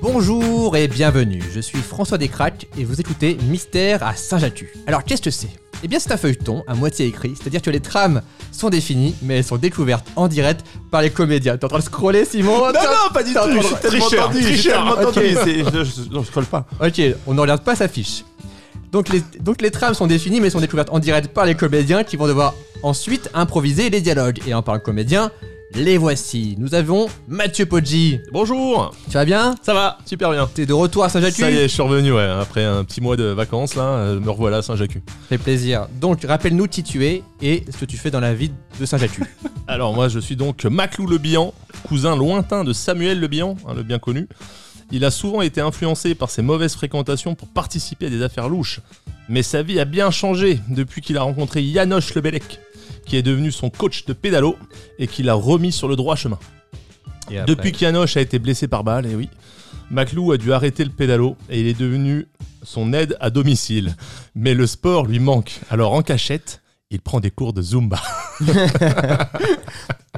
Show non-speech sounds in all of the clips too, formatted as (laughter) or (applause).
Bonjour et bienvenue, je suis François Descraques et vous écoutez Mystère à Saint-Jatu. Alors qu'est-ce que c'est Eh bien c'est un feuilleton à moitié écrit, c'est-à-dire que les trames sont définies mais elles sont découvertes en direct par les comédiens. T'es en train de scroller Simon Non, T'es en- non, pas du t'es tout. en train de- J'ai tellement tricheur, entendu. J'ai tricheur. tellement Ok. entendu. (laughs) c'est- Je, je- non, je colle pas. Ok, on ne regarde pas sa fiche. Donc les, donc les trames sont définies mais sont découvertes en direct par les comédiens qui vont devoir ensuite improviser les dialogues. Et en parlant de comédiens, les voici. Nous avons Mathieu Poggi. Bonjour Tu vas bien Ça va, super bien. T'es de retour à Saint-Jacques Ça y est, je suis revenu, ouais. Après un petit mois de vacances, là, euh, me revoilà à Saint-Jacques. Fait plaisir. Donc rappelle-nous qui tu es et ce que tu fais dans la vie de Saint-Jacques. (laughs) Alors, moi, je suis donc Maclou Le Bihan, cousin lointain de Samuel Le Bihan, hein, le bien connu. Il a souvent été influencé par ses mauvaises fréquentations pour participer à des affaires louches. Mais sa vie a bien changé depuis qu'il a rencontré Yanoche Le Bellec, qui est devenu son coach de pédalo et qui l'a remis sur le droit chemin. Depuis qu'Yanoche a été blessé par balle, et oui, Maclou a dû arrêter le pédalo et il est devenu son aide à domicile. Mais le sport lui manque, alors en cachette, il prend des cours de Zumba.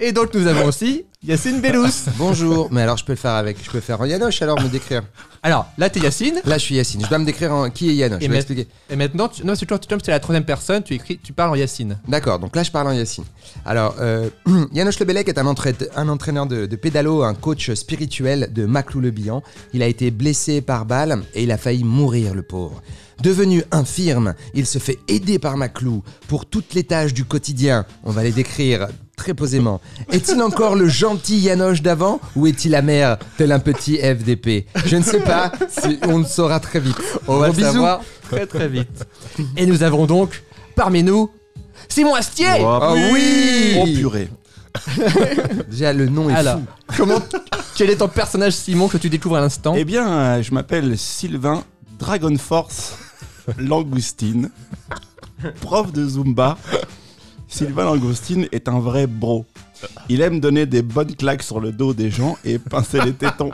Et donc nous avons aussi Yacine Bellous. (laughs) Bonjour, mais alors je peux le faire avec, je peux faire en Yanoche alors me décrire. Alors là t'es Yacine Là je suis Yacine, je dois me décrire en qui est Yanoche, Et je vais mais- expliquer. et maintenant tu... non c'est toujours comme c'est la troisième personne tu écris tu parles en Yacine. D'accord, donc là je parle en Yacine. Alors euh, (clears throat) Yanoche Lebelec est un, entraîne- un entraîneur de, de pédalo, un coach spirituel de Maclou Le Bihan. Il a été blessé par balle et il a failli mourir le pauvre. Devenu infirme, il se fait aider par Maclou pour toutes les tâches du quotidien. On va les décrire très posément. Est-il encore le gentil Yanoche d'avant ou est-il amer tel un petit FDP Je ne sais pas, c'est- on le saura très vite. On va Gros le (laughs) bisous. savoir très très vite. et nous avons donc parmi nous Simon Astier. Ah oui (laughs) Oh purée. Déjà le nom est Alors fou. comment quel est ton personnage Simon que tu découvres à l'instant Eh bien, euh, je m'appelle Sylvain Dragon Force Langoustine, prof de Zumba. Sylvain Langoustine est un vrai bro. Il aime donner des bonnes claques sur le dos des gens et pincer les tétons.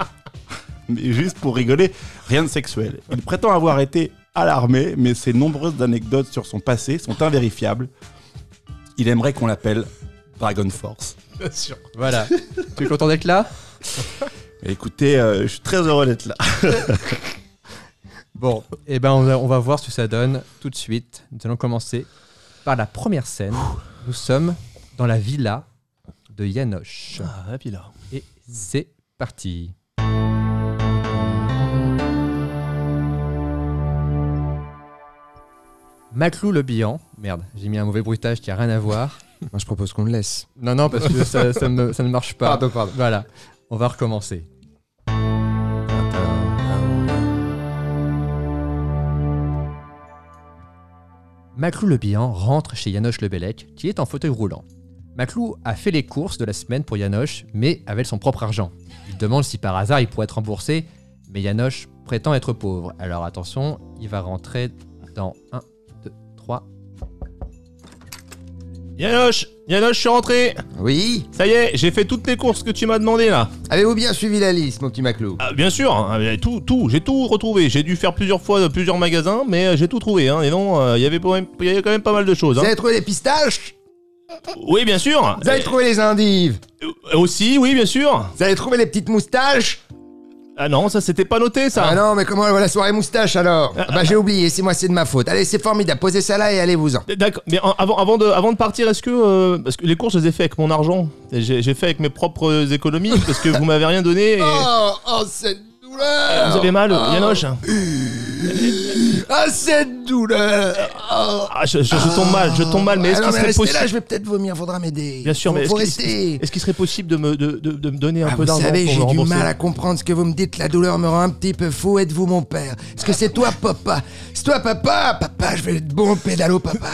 Mais juste pour rigoler, rien de sexuel. Il prétend avoir été à l'armée, mais ses nombreuses anecdotes sur son passé sont invérifiables. Il aimerait qu'on l'appelle Dragon Force. Bien sûr. (laughs) Voilà. tu es content d'être là Écoutez, euh, je suis très heureux d'être là. Bon, eh ben on, va- on va voir ce que ça donne tout de suite. Nous allons commencer par la première scène. Nous sommes dans la villa de Yanoche. Ah, puis là. Et c'est parti. Maclou le bihan. Merde, j'ai mis un mauvais bruitage qui a rien à voir. Moi, je propose qu'on le laisse. Non, non, parce que ça, ça me- ça ne marche pas. Pardon, pardon. Voilà, on va recommencer. Maclou Le Bihan rentre chez Yanoche Le Bellec, qui est en fauteuil roulant. Maclou a fait les courses de la semaine pour Yanoche, mais avec son propre argent. Il demande si par hasard il pourrait être remboursé, mais Yanoche prétend être pauvre. Alors attention, il va rentrer dans 1, 2, 3. Yanoche Yanoche, je suis rentré Ah Oui Ça y est, j'ai fait toutes les courses que tu m'as demandé là. Avez-vous bien suivi la liste, mon petit Maclou Ah, bien sûr, hein, mais tout, tout, j'ai tout retrouvé. J'ai dû faire plusieurs fois euh, plusieurs magasins, mais euh, j'ai tout trouvé. Hein. Et non, euh, il y avait pas même- il y avait quand même pas mal de choses. Vous hein. avez trouvé les pistaches Oui, bien sûr. Vous avez trouvé les endives Euh, Aussi, oui, bien sûr. Vous avez trouvé les petites moustaches Ah non, ça c'était pas noté ça. Ah non, mais comment va la soirée moustache alors Ah Bah j'ai oublié, c'est moi, c'est de ma faute. Allez, c'est formidable, posez ça là et allez-vous-en. D'accord, mais en- avant, avant, de, avant de partir, est-ce que, euh, parce que les courses, je les ai fait avec mon argent Et J'ai j'ai fait avec mes propres (laughs) économies parce que vous m'avez rien donné. Et... Oh, oh, cette douleur vous avez mal, Yanoche Ah, cette douleur Oh. Ah, je, je- je tombe mal, je tombe mal, mais Ah est-ce non, qu'il mais serait restez là, possible je vais peut-être vomir, faudra m'aider. Bien sûr, Faut- mais faut est-ce rester. qu'il est-ce qu'il serait possible de me, de, de- de me donner un Ah, peu vous d'argent savez, pour j'ai me du rembourser mal à comprendre ce que vous me dites. La douleur me rend un petit peu fou. Êtes-vous mon père Est-ce que c'est toi, papa C'est toi, papa Papa, je vais être bon au pédalo, papa.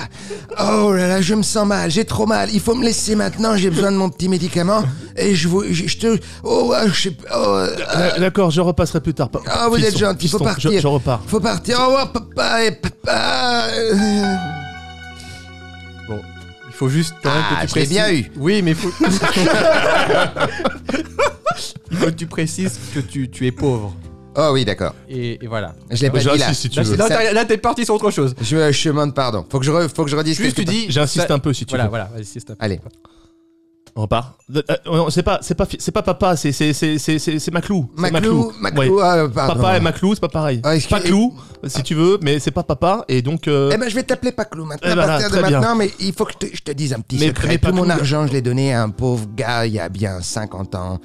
Oh là là, je me sens mal. J'ai trop mal. Il faut me laisser maintenant. J'ai besoin de mon petit médicament. Et je vous. Je, je te. Oh, ah, je sais pas. Oh, euh, Euh, D'accord, je repasserai plus tard. Pa- ah, vous fiston, êtes gentil. Faut fiston, partir. Je, je repars. Faut partir. Au revoir, papa. Et papa. euh, Bon, il faut juste quand même Ah, que tu je l'ai précises. bien eu. Oui, mais faut. (laughs) il faut que tu précises que tu, tu es pauvre. Oh oui, d'accord. Et, et voilà. Je l'ai pas dit là. J'insiste si tu Là, c'est- veux. là, Ça- t'as- là, t'es parti sur autre chose. Je, je demande pardon. Faut que je, re- faut que je redise Juste, tu quelque dis. J'insiste ça- un peu si tu Bah, Voilà, veux. voilà, vas-y, c'est stop. Allez. On repart. Euh, euh, c'est pas, c'est pas, fi- c'est pas papa, c'est c'est c'est c'est c'est c'est Maclou. C'est Maclou, Maclou, Ouais. ah, pardon. Papa et Maclou, c'est pas pareil. Ah, excuse- pas Clou, si tu veux, mais c'est pas papa et donc. euh, Eh ben, je vais t'appeler Paclou maintenant, Eh ben là, à partir de très bien. maintenant, mais il faut que je te, je te dise un petit Mais- secret. mais Tout Paclou- mon argent, je l'ai donné à un pauvre gars il y a bien 50 ans.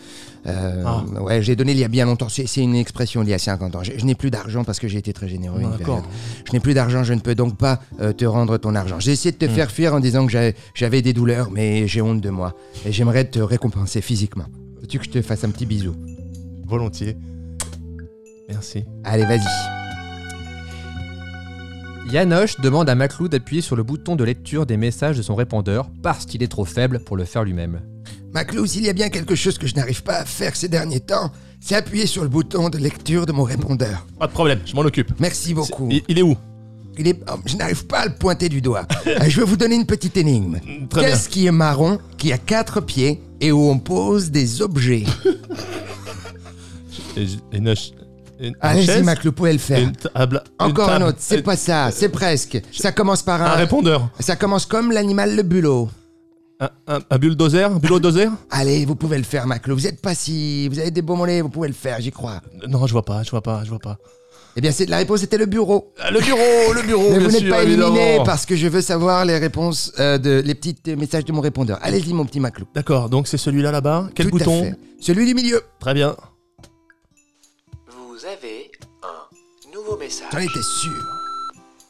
Euh, Ah. Ouais, je l'ai donné il y a bien longtemps. C'est c'est une expression liée à 50 ans. Je, je n'ai plus d'argent parce que j'ai été très généreux. une D'accord. période. Je n'ai plus d'argent, je ne peux donc pas euh, te rendre ton argent. J'ai essayé de Hmm. te faire fuir en disant que j'avais- j'avais des douleurs, mais j'ai honte de moi. Et j'aimerais te récompenser physiquement. Veux-tu que je te fasse un petit bisou ben- Volontiers. Merci. Allez, vas-y. Yanoche demande à Maclou d'appuyer sur le bouton de lecture des messages de son répondeur parce qu'il est trop faible pour le faire lui-même. Maclou, s'il y a bien quelque chose que je n'arrive pas à faire ces derniers temps, c'est appuyer sur le bouton de lecture de mon répondeur. Pas de problème, je m'en occupe. Merci C'est- beaucoup. Il, il est où Il est- oh, je n'arrive pas à le pointer du doigt. Euh, je vais vous donner une petite énigme. Mm, Très bien. Qu'est-ce qui est marron, qui a quatre pieds et où on pose des objets Et j- Une, ch- une- une Allez-y, chaise Maclou, vous pouvez le faire. Une table. une Encore un table, autre, c'est euh, pas ça, c'est presque. Ça commence par Un un. répondeur. Ça commence comme l'animal le bulot. Un, un, un bulldozer Un bulldozer Allez, vous pouvez le faire, Maclou. Vous êtes pas si. Vous avez des beaux mollets, vous pouvez le faire, j'y crois. Non, je vois pas, je vois pas, je vois pas. Eh bien, c'est la réponse était le bureau. Ah, Le bureau, le bureau, Mais bien vous n'êtes sûr, pas éliminé évidemment. parce que je veux savoir les réponses, euh, de, les petits euh, messages de mon répondeur. Allez-y, mon petit Maclou. D'accord, donc c'est celui-là là-bas. Quel Tout à bouton fait. Celui du milieu. Très bien. Vous avez un nouveau message. J'en étais sûr.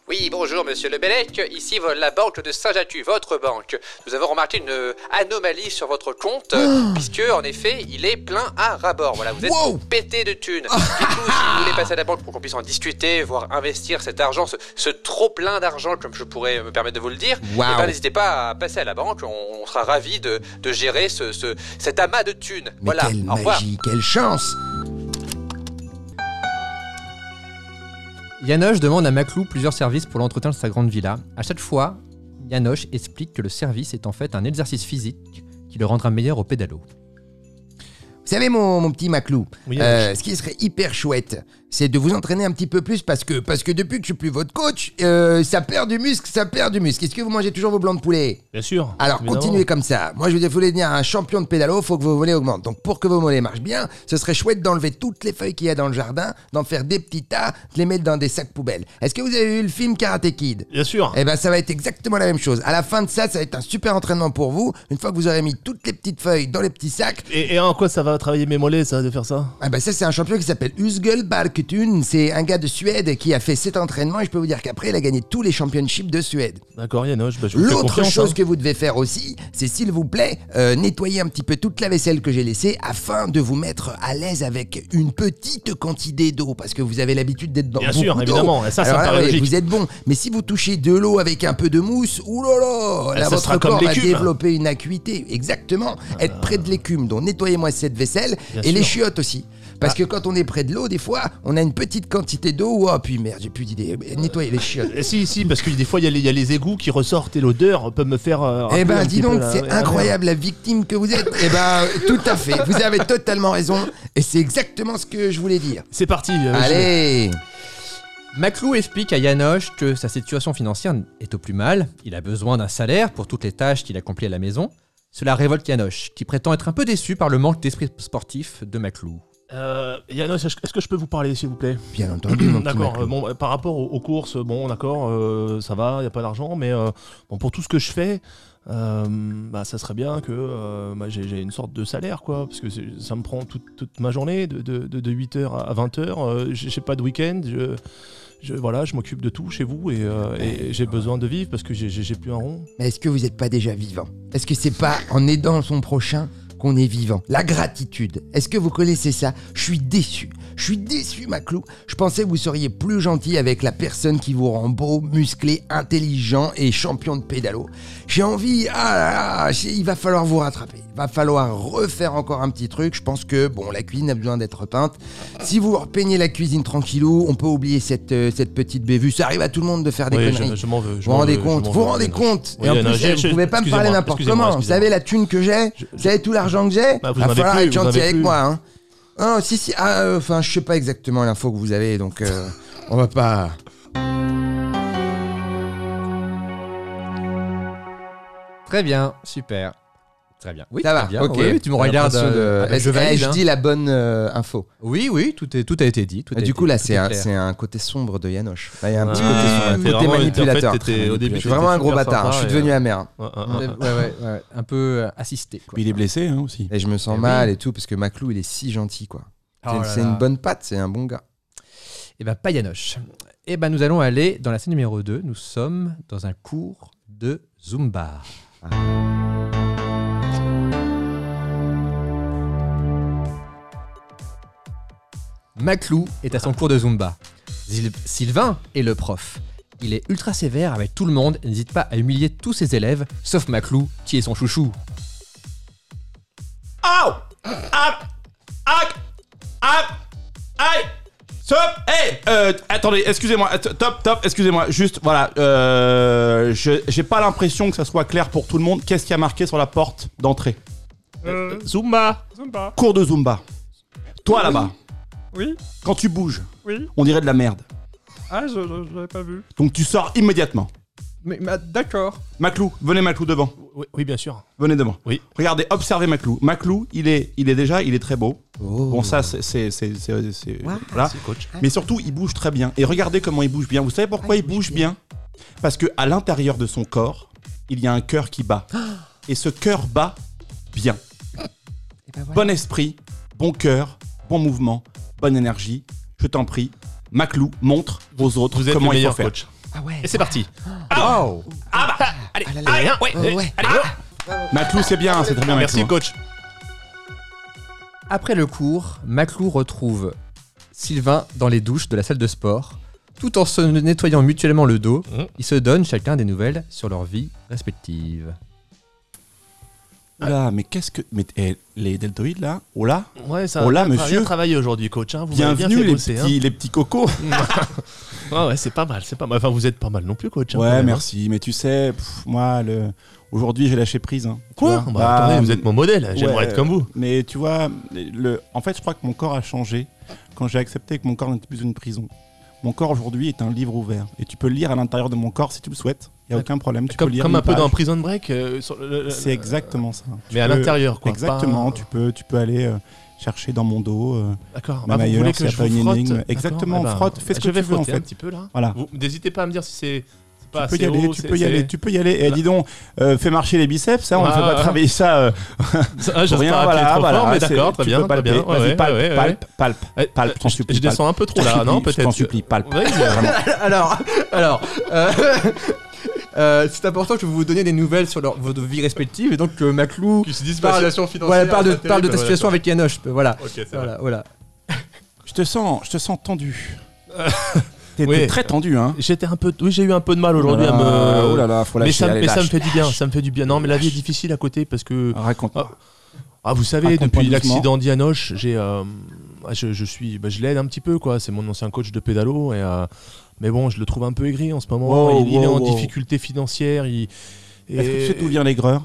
Oui, bonjour Monsieur Lebelec, ici vo- la banque de Saint-Jatu, votre banque. Nous avons remarqué une euh, anomalie sur votre compte, euh, puisque en effet, il est plein à rabord. Voilà, vous êtes Ah. Wow. Ah. pété de thunes. du coup, si vous voulez passer à la banque pour qu'on puisse en discuter, voire investir cet argent, ce, ce trop plein d'argent, comme je pourrais me permettre de vous le dire, Wow. eh ben, n'hésitez pas à passer à la banque, on, on sera ravis de, de gérer ce, ce- cet amas de thunes. Mais voilà, quelle au revoir. magie, quelle chance. Yanoche demande à Maclou plusieurs services pour l'entretien de sa grande villa. À chaque fois, Yanoche explique que le service est en fait un exercice physique qui le rendra meilleur au pédalo. Vous savez, mon, mon petit Maclou, Oui, euh, ce qui serait hyper chouette, c'est de vous entraîner un petit peu plus parce que, parce que depuis que je suis plus votre coach, euh, ça perd du muscle, ça perd du muscle. Est-ce que vous mangez toujours vos blancs de poulet Bien sûr. Alors évidemment. continuez comme ça. Moi je vous voulez devenir un champion de pédalo, faut que vos mollets augmentent. Donc pour que vos mollets marchent bien, ce serait chouette d'enlever toutes les feuilles qu'il y a dans le jardin, d'en faire des petits tas, de les mettre dans des sacs poubelles. Est-ce que vous avez vu le film Karate Kid Bien sûr. eh ben ça va être exactement la même chose. À la fin de ça, ça va être un super entraînement pour vous. Une fois que vous aurez mis toutes les petites feuilles dans les petits sacs, Et, et en quoi ça va travailler mes mollets, ça, de faire ça ah ben ça c'est un champion qui s'appelle Usgel Barkutun. C'est un gars de Suède qui a fait cet entraînement et je peux vous dire qu'après il a gagné tous les championships de Suède. D'accord, Yanoche, bah, je vous fais L'autre confiance. chose hein. que vous devez faire aussi, c'est s'il vous plaît, euh, nettoyer un petit peu toute la vaisselle que j'ai laissée afin de vous mettre à l'aise avec une petite quantité d'eau parce que vous avez l'habitude d'être dans Bien beaucoup sûr, d'eau. évidemment, et ça, ça Alors me là, paraît ouais, logique. Vous êtes bon, mais si vous touchez de l'eau avec un peu de mousse, oulala, Ah, là ça votre sera comme corps va l'écume. Ah. développer une acuité. Exactement, être près de l'écume. Donc nettoyez-moi cette vaisselle Bien et les sûr. Ah. chiottes aussi. Parce que quand on est près de l'eau, des fois, on a une petite quantité d'eau. Oh, puis merde, j'ai plus d'idée. Nettoyez les chiottes. Eh, Si, si, parce que des fois, il y, a les- il y a les égouts qui ressortent et l'odeur peut me faire. euh, rappeler Eh ben, un dis petit peu donc, la- c'est la- incroyable la victime que vous êtes. Eh ben, tout à fait. Vous avez totalement raison. Et c'est exactement ce que je voulais dire. C'est parti. euh, Allez Maclou explique à Yanoche que sa situation financière est au plus mal, il a besoin d'un salaire pour toutes les tâches qu'il accomplit à la maison. Cela révolte Yanoche, qui prétend être un peu déçu par le manque d'esprit sportif de Maclou. je- Euh, Yanoche, est-ce est-ce que je peux vous parler, s'il vous plaît Bien entendu, mon (clears throat) petit D'accord, Maclou. euh, bon, euh, par rapport aux, aux courses, bon, d'accord, euh, ça va, il n'y a pas d'argent, mais euh, bon, pour tout ce que je fais, euh, bah, ça serait bien que euh, bah, j'ai j'ai une sorte de salaire, quoi, parce que c'est- ça me prend toute, toute ma journée, de, 8h à 20h, je j'ai pas de week-end, je, je- voilà, je m'occupe de tout chez vous et, euh, et j'ai besoin de vivre parce que j'ai- j'ai j'ai plus un rond. Mais est-ce que vous n'êtes pas déjà vivant Est-ce que c'est pas en aidant son prochain qu'on est vivant La gratitude. Est-ce que vous connaissez ça Je suis déçu. Je suis déçu, Maclou. Je pensais que vous seriez plus gentil avec la personne qui vous rend beau, musclé, intelligent et champion de pédalo. J'ai envie. Ah là là, j'ai- il va falloir vous rattraper. Va falloir refaire encore un petit truc. Je pense que, bon, la cuisine a besoin d'être peinte. Si vous repeignez la cuisine tranquillou, on peut oublier cette, euh, cette petite bévue. Ça arrive à tout le monde de faire des Oui, conneries. je, je m'en veux. je Vous vous m'en rendez veux, je compte m'en Vous vous veux, rendez Yanoche. compte Oui, Et en Yanoche, plus, je- vous je- pouvez pas me excusez-moi, parler n'importe excusez-moi, comment. Vous excusez-moi. savez la thune que j'ai Je- Vous savez tout l'argent que j'ai Bah, vous en Va avez falloir plus, être vous en gentil avez avec plus. moi. hein. Ah, si, si. Ah, euh, enfin, je sais pas exactement l'info que vous avez, donc euh, on va pas. Très bien, super. Très bien. Oui, Ça va, très bien. ok. Oui, oui, tu me regardes. L'impression de- euh, avec- Est-ce- je eh, valide. je hein. dis la bonne euh, info. Oui, oui, tout, est, tout a été dit. tout a Et Ah, du été- coup, là, tout c'est est un, clair. c'est un côté sombre de Yanoche. Là, il y a un petit Ah, côté sombre, un t'es côté vraiment- manipulateur. en fait, t'étais- au début, je suis t'étais vraiment un super gros bâtard. sympa hein. Je suis et, euh, devenu amer. Ouais, ouais, Ouais, ouais. ouais, ouais, ouais. Un peu euh, assisté. quoi. Puis il est blessé hein, aussi. Et je me sens Eh oui. mal et tout, parce que Maclou, il est si gentil, quoi. Oh C'est- là c'est là. une bonne patte, c'est un bon gars. Eh bien, pas Yanoche. Eh bien, nous allons aller dans la scène numéro 2. Nous sommes dans un cours de Zumba. Maclou est à son cours de Zumba. Sil- Sylvain est le prof. Il est ultra sévère avec tout le monde et n'hésite pas à humilier tous ses élèves, sauf Maclou, qui est son chouchou. Au Ac Ac Ac Aïe Stop Hey euh, Attendez, excusez-moi, att- top, top, excusez-moi, juste, voilà, euh, je- j'ai pas l'impression que ça soit clair pour tout le monde. Qu'est-ce qui a marqué sur la porte d'entrée Euh, Zumba Cours de Zumba. Toi là-bas, Oui, quand tu bouges, oui. on dirait de la merde. Ah, je, je, je l'avais pas vu. Donc tu sors immédiatement. Mais bah, d'accord. Maclou, venez Maclou devant. oui, oui, bien sûr. Venez devant. Oui. Regardez, observez Maclou. Maclou, il est, il est déjà, il est très beau. Bon, ça, c'est, c'est, c'est, c'est- c'est- voilà. C'est coach. Mais surtout, il bouge très bien. Et regardez comment il bouge bien. Vous savez pourquoi il bouge bien Parce que à l'intérieur de son corps, il y a un cœur qui (gasps) bat. Et ce cœur bat bien. Bon esprit, bon cœur, bon mouvement, bonne énergie. Je t'en prie, Maclou montre aux autres Vous êtes comment le il faut meilleur faire. coach. Ah ouais. Et c'est parti. Ah, Ah, Wow. Allez, Ah là là. allez, hein, ouais, Ouais, allez, ouais. allez, Maclou, c'est bien, c'est très bien. Merci Maclou. coach. Après le cours, Maclou retrouve Sylvain dans les douches de la salle de sport. Tout en se nettoyant mutuellement le dos, Mhm. ils se donnent chacun des nouvelles sur leur vie respective. Oula, mais qu'est-ce que, mais eh, les deltoïdes là, oh là, Ouais, ça Oh a là, bien tra- monsieur. bien travaillé aujourd'hui, coach. hein. Vous m'avez bien bienvenue fait les, bosser. hein. petits, les petits cocos. Ouais, ouais, c'est pas mal, c'est pas mal. Enfin, vous êtes pas mal non plus, coach. hein, quand Ouais, même, merci. Mais tu sais, pff, moi, le... aujourd'hui, j'ai lâché prise. hein. hein. Quoi Tu vois Bah, attendez, Bah, vous êtes mon modèle. J'aimerais ouais, être comme vous. Mais tu vois, le... en fait, je crois que mon corps a changé quand j'ai accepté que mon corps n'était plus une prison. Mon corps aujourd'hui est un livre ouvert et tu peux le lire à l'intérieur de mon corps si tu le souhaites. Il n'y a aucun problème. Tu peux Euh, Comme, lire comme une un peu page. dans Prison Break. euh, sur le- le- le- C'est exactement ça. Tu Mais à peux- l'intérieur, quoi. Exactement. pas- Tu peux, tu peux aller euh, chercher dans mon dos. euh, D'accord. Même Ah, vous ailleurs, voulez s'il que y a je pas une vous frotte énigme. D'accord. Exactement, Eh ben, frotte. Fais ce je que vais tu veux, en frotter fait. un petit peu là. Voilà. Vous- N'hésitez pas à me dire si c'est c'est pas tu peux y assez aller, haut, tu c'est- peux y c'est- aller, tu peux y aller. Et Voilà. dis donc, euh, fais marcher les biceps, ça, on ne Ah, fait pas ouais. travailler ça euh, Ah, j'ose rien, pas appuyer voilà, trop voilà, fort, mais c'est- d'accord, très tu bien, peux très palper, bien. Vas-y, Ouais, palpe, ouais, ouais. palpe, palpe, Eh, palpe, t'en je- supplie. Je descends un peu trop là, non peut-être. Je t'en supplie, (laughs) palpe. Ouais, je- Alors, alors euh, (laughs) euh, c'est important que vous vous donniez des nouvelles sur leur, votre vie respective. Et donc, euh, Maclou Qu'ils se disent parle, situation financière. voilà, parle de, pas terrible, parle de ta voilà, situation avec Yanoche. euh, Voilà. Ok, c'est vrai. Voilà, voilà. Je te sens, je te sens (laughs) tendu. T'es Oui. t'es très tendu, hein. J'étais un peu, oui, j'ai eu un peu de mal aujourd'hui à Ah, me. Oh là là, faut mais lâcher, ça, me- allez, mais ça me lâche. fait du bien, ça me fait du bien. Non, mais la vie est difficile à côté parce que, Raconte. Ah. ah, vous savez, Raconte-moi depuis doucement. l'accident d'Yanoche, j'ai, euh, ah, je, je suis, bah, je l'aide un petit peu quoi. C'est mon ancien coach de pédalo et, euh, mais bon, je le trouve un peu aigri en ce moment. Wow, il, il est wow, en wow. difficulté financière. Il, Est-ce que tu sais et- d'où vient l'aigreur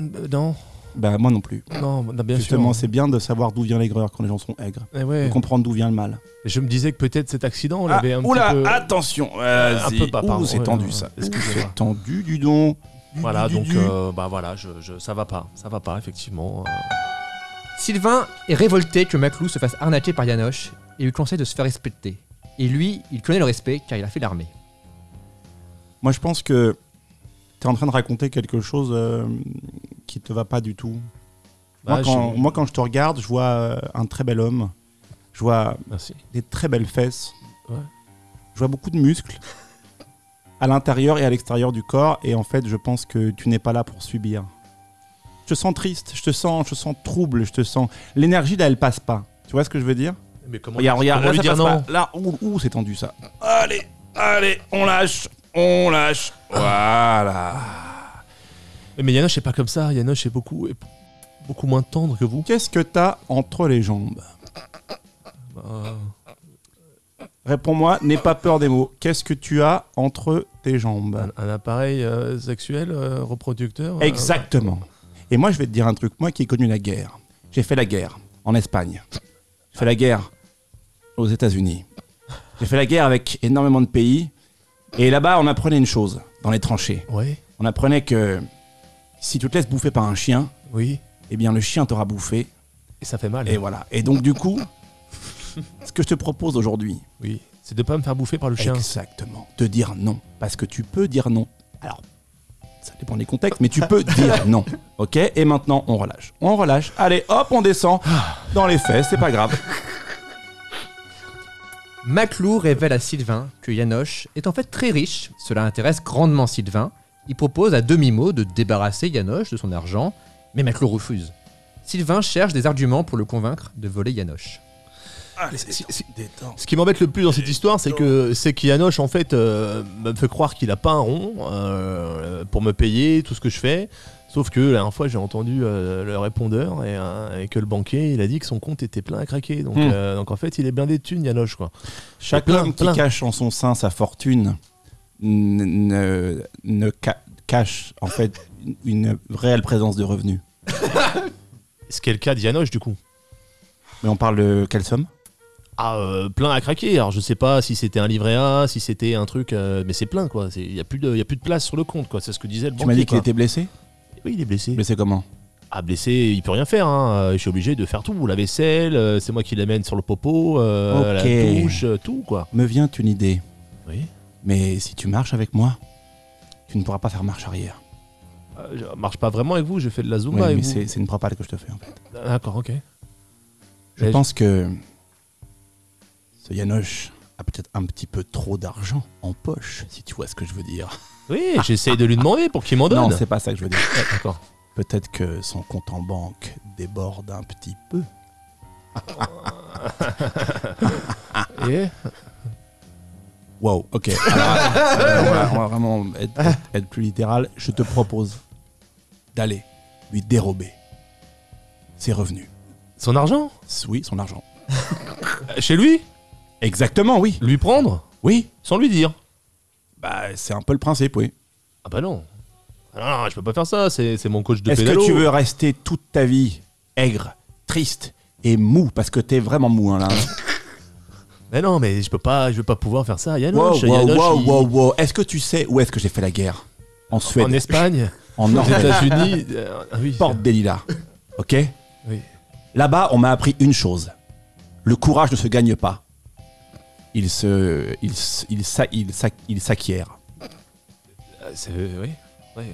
Euh, Non, Bah, moi non plus. non, non, bien Justement, sûr. c'est bien de savoir d'où vient l'aigreur quand les gens sont aigres. Eh De ouais. comprendre d'où vient le mal. Je me disais que peut-être cet accident Ah, l'avait un oula, petit peu. attention. Un Vas-y. peu pas, pardon, Ouh, c'est ouais, tendu ouais, ça. ouais. C'est tendu, du don. Voilà, Du, du, donc du. euh, bah voilà, je, je- ça va pas, ça va pas effectivement. euh. Sylvain est révolté que Maclou se fasse arnaquer par Yanoche et lui conseille de se faire respecter. Et lui, il connaît le respect car il a fait l'armée. Moi, je pense que tu es en train de raconter quelque chose euh, qui te va pas du tout. moi, Bah, quand, je- moi, quand je te regarde, je vois euh, un très bel homme. Je vois Merci. des très belles fesses. Ouais. Je vois beaucoup de muscles à l'intérieur et à l'extérieur du corps. Et en fait, je pense que tu n'es pas là pour subir. Je te sens triste, je te sens, je te sens trouble, je te sens. L'énergie, là, elle passe pas. Tu vois ce que je veux dire Mais comment, Regarde, regarde, comment lui là, ça dire passe non pas. Là, ouh, ouh, c'est tendu ça. ah Allez, allez, on lâche, on lâche. Voilà. Mais Yanoche est pas comme ça, Yanoche est beaucoup, est beaucoup moins tendre que vous. Qu'est-ce que t'as entre les jambes Bah, Réponds-moi, n'aie pas peur des mots. Qu'est-ce que tu as entre tes jambes un, un appareil euh, sexuel euh, reproducteur euh, Exactement. Et moi, je vais te dire un truc, moi qui ai connu la guerre. J'ai fait la guerre en Espagne. J'ai fait la guerre aux États-Unis. J'ai fait la guerre avec énormément de pays. Et là-bas, on apprenait une chose dans les tranchées. Ouais, On apprenait que si tu te laisses bouffer par un chien, Oui. eh bien le chien t'aura bouffé. Et ça fait mal. hein. Et voilà. Et donc du coup, (laughs) ce que je te propose aujourd'hui, Oui. C'est de pas me faire bouffer par le chien. exactement, de dire non. Parce que tu peux dire non. Alors, ça dépend des contextes, mais tu (laughs) peux dire non. Ok Et maintenant, on relâche. On relâche. Allez, hop, on descend dans les fesses, c'est pas grave. Maclou révèle à Sylvain que Yanoche est en fait très riche. Cela intéresse grandement Sylvain. Il propose à demi-mot de débarrasser Yanoche de son argent, mais Maclou refuse. Sylvain cherche des arguments pour le convaincre de voler Yanoche. Allez, si- si- détends. Ce qui m'embête le plus dans cette histoire, c'est que c'est qu'Yanoche, en fait, euh, me fait croire qu'il a pas un rond euh, pour me payer tout ce que je fais. Sauf que la dernière fois, j'ai entendu euh, le répondeur et, euh, et que le banquier, il a dit que son compte était plein à craquer. Donc, Hmm. euh, donc en fait, il est blindé de thunes, Yanoche, quoi. Chaque Plein, homme qui plein. cache en son sein sa fortune n- ne, ne ca- cache en fait une réelle présence de revenus. Ce qui est le cas d'Yanoche, du coup. Mais on parle de quelle somme Ah, euh, plein à craquer. Alors, je sais pas si c'était un livret A, si c'était un truc, euh, mais c'est plein, quoi. Il n'y a, plus de- y a plus de place sur le compte, quoi. C'est ce que disait le Tu banquier. m'as dit qu'il quoi. était blessé Oui, il est blessé. Blessé comment Ah, blessé, il peut rien faire. Hein. Euh, Je suis obligé de faire tout. La vaisselle, euh, c'est moi qui l'amène sur le popo, euh, Ok. la douche, euh, tout quoi. Me vient une idée. Oui. Mais si tu marches avec moi, tu ne pourras pas faire marche arrière. Euh, je marche pas vraiment avec vous, je fais de la Oui, zumba avec mais vous. c'est c'est une propale que je te fais en fait. D'accord, ok. Euh, Je Mais- pense que ce Yanoche a peut-être un petit peu trop d'argent en poche, si tu vois ce que je veux dire. Oui, j'essaye de lui demander pour qu'il m'en donne. Non, c'est pas ça que je veux dire. Ah, D'accord. Peut-être que son compte en banque déborde un petit peu. Et Wow, (laughs) ok. Alors, euh, on, va, on va vraiment être, être- être plus littéral. Je te propose d'aller lui dérober ses revenus. son argent Oui, son argent. Euh, Chez lui Exactement, oui. Lui prendre Oui, Sans lui dire bah, c'est un peu le principe, oui. Ah bah non. Ah non, non, je peux pas faire ça, c'est c'est mon coach de Est-ce pédalo. que tu veux rester toute ta vie aigre, triste et mou Parce que t'es vraiment mou, hein, là. Mais non, mais je peux pas, je vais pas pouvoir faire ça. Wow, Yanoche, wow, Yanoche, wow, il- wow, wow. Est-ce que tu sais où est-ce que j'ai fait la guerre En Suède, en Espagne, en aux Norvège, États-Unis. euh, ah oui. porte des (laughs) lilas. Ok Oui. Là-bas, on m'a appris une chose. Le courage ne se gagne pas. Il se, il, s- il, s'a- il, s'a- il s'acquiert. Ah, c'est- oui. oui.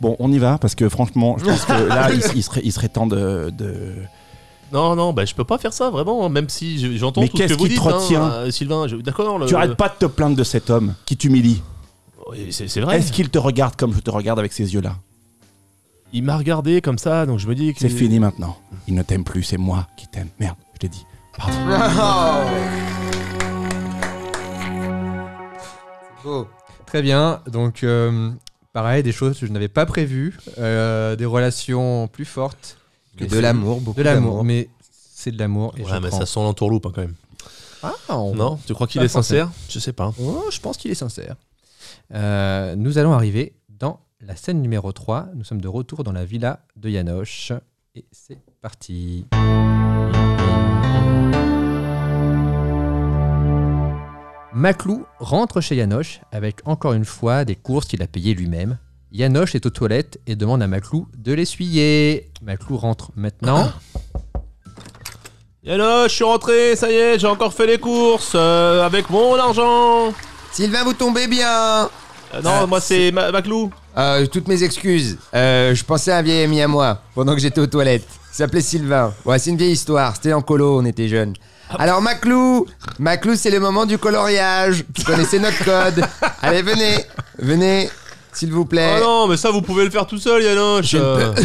Bon, on y va parce que franchement, je (laughs) pense que là, il, s- il serait, il serait temps de. de- Non, non, bah, je peux pas faire ça, vraiment, même si je- j'entends Mais tout ce que qu'est-ce vous qui dites, te retient hein, euh, Sylvain. je- D'accord, le- Tu arrêtes pas de te plaindre de cet homme qui t'humilie. Oui, C'est c'est vrai. Est-ce qu'il te regarde comme je te regarde avec ses yeux-là Il m'a regardé comme ça, donc je me dis que C'est fini maintenant. Il ne t'aime plus, c'est moi qui t'aime. Merde, je t'ai dit. Pardon. Beau. Oh, Très bien, donc euh, pareil, des choses que je n'avais pas prévues, euh, des relations plus fortes. Que Mais de c'est- l'amour, beaucoup De l'amour, mais c'est de l'amour. Et Ouais, je mais prends. ça sent l'entourloupe hein, quand même. Ah, on- Non, tu crois qu'il Pas est sincère Je sais pas. Oh, je pense qu'il est sincère. Euh, nous allons arriver dans la scène numéro 3. Nous sommes de retour dans la villa de Yanoche. Et c'est parti. Maclou rentre chez Yanoche avec encore une fois des courses qu'il a payées lui-même. Yanoche est aux toilettes et demande à Maclou de l'essuyer. Maclou rentre maintenant. Yanoche, je suis rentré, ça y est, j'ai encore fait les courses euh, avec mon argent. Sylvain, vous tombez bien Euh, non, Ah, moi c'est Ma- Maclou. Euh, Toutes mes excuses. Euh, je pensais à un vieil ami à moi pendant que j'étais aux toilettes. Il s'appelait Sylvain. Ouais, c'est une vieille histoire. C'était en colo, on était jeunes. Ah. Alors, Maclou Maclou, c'est le moment du coloriage. Vous connaissez notre (laughs) code. Allez, venez Venez, s'il vous plaît. Oh non, mais ça vous pouvez le faire tout seul, Yanoche. Eh. Je ne euh. (laughs)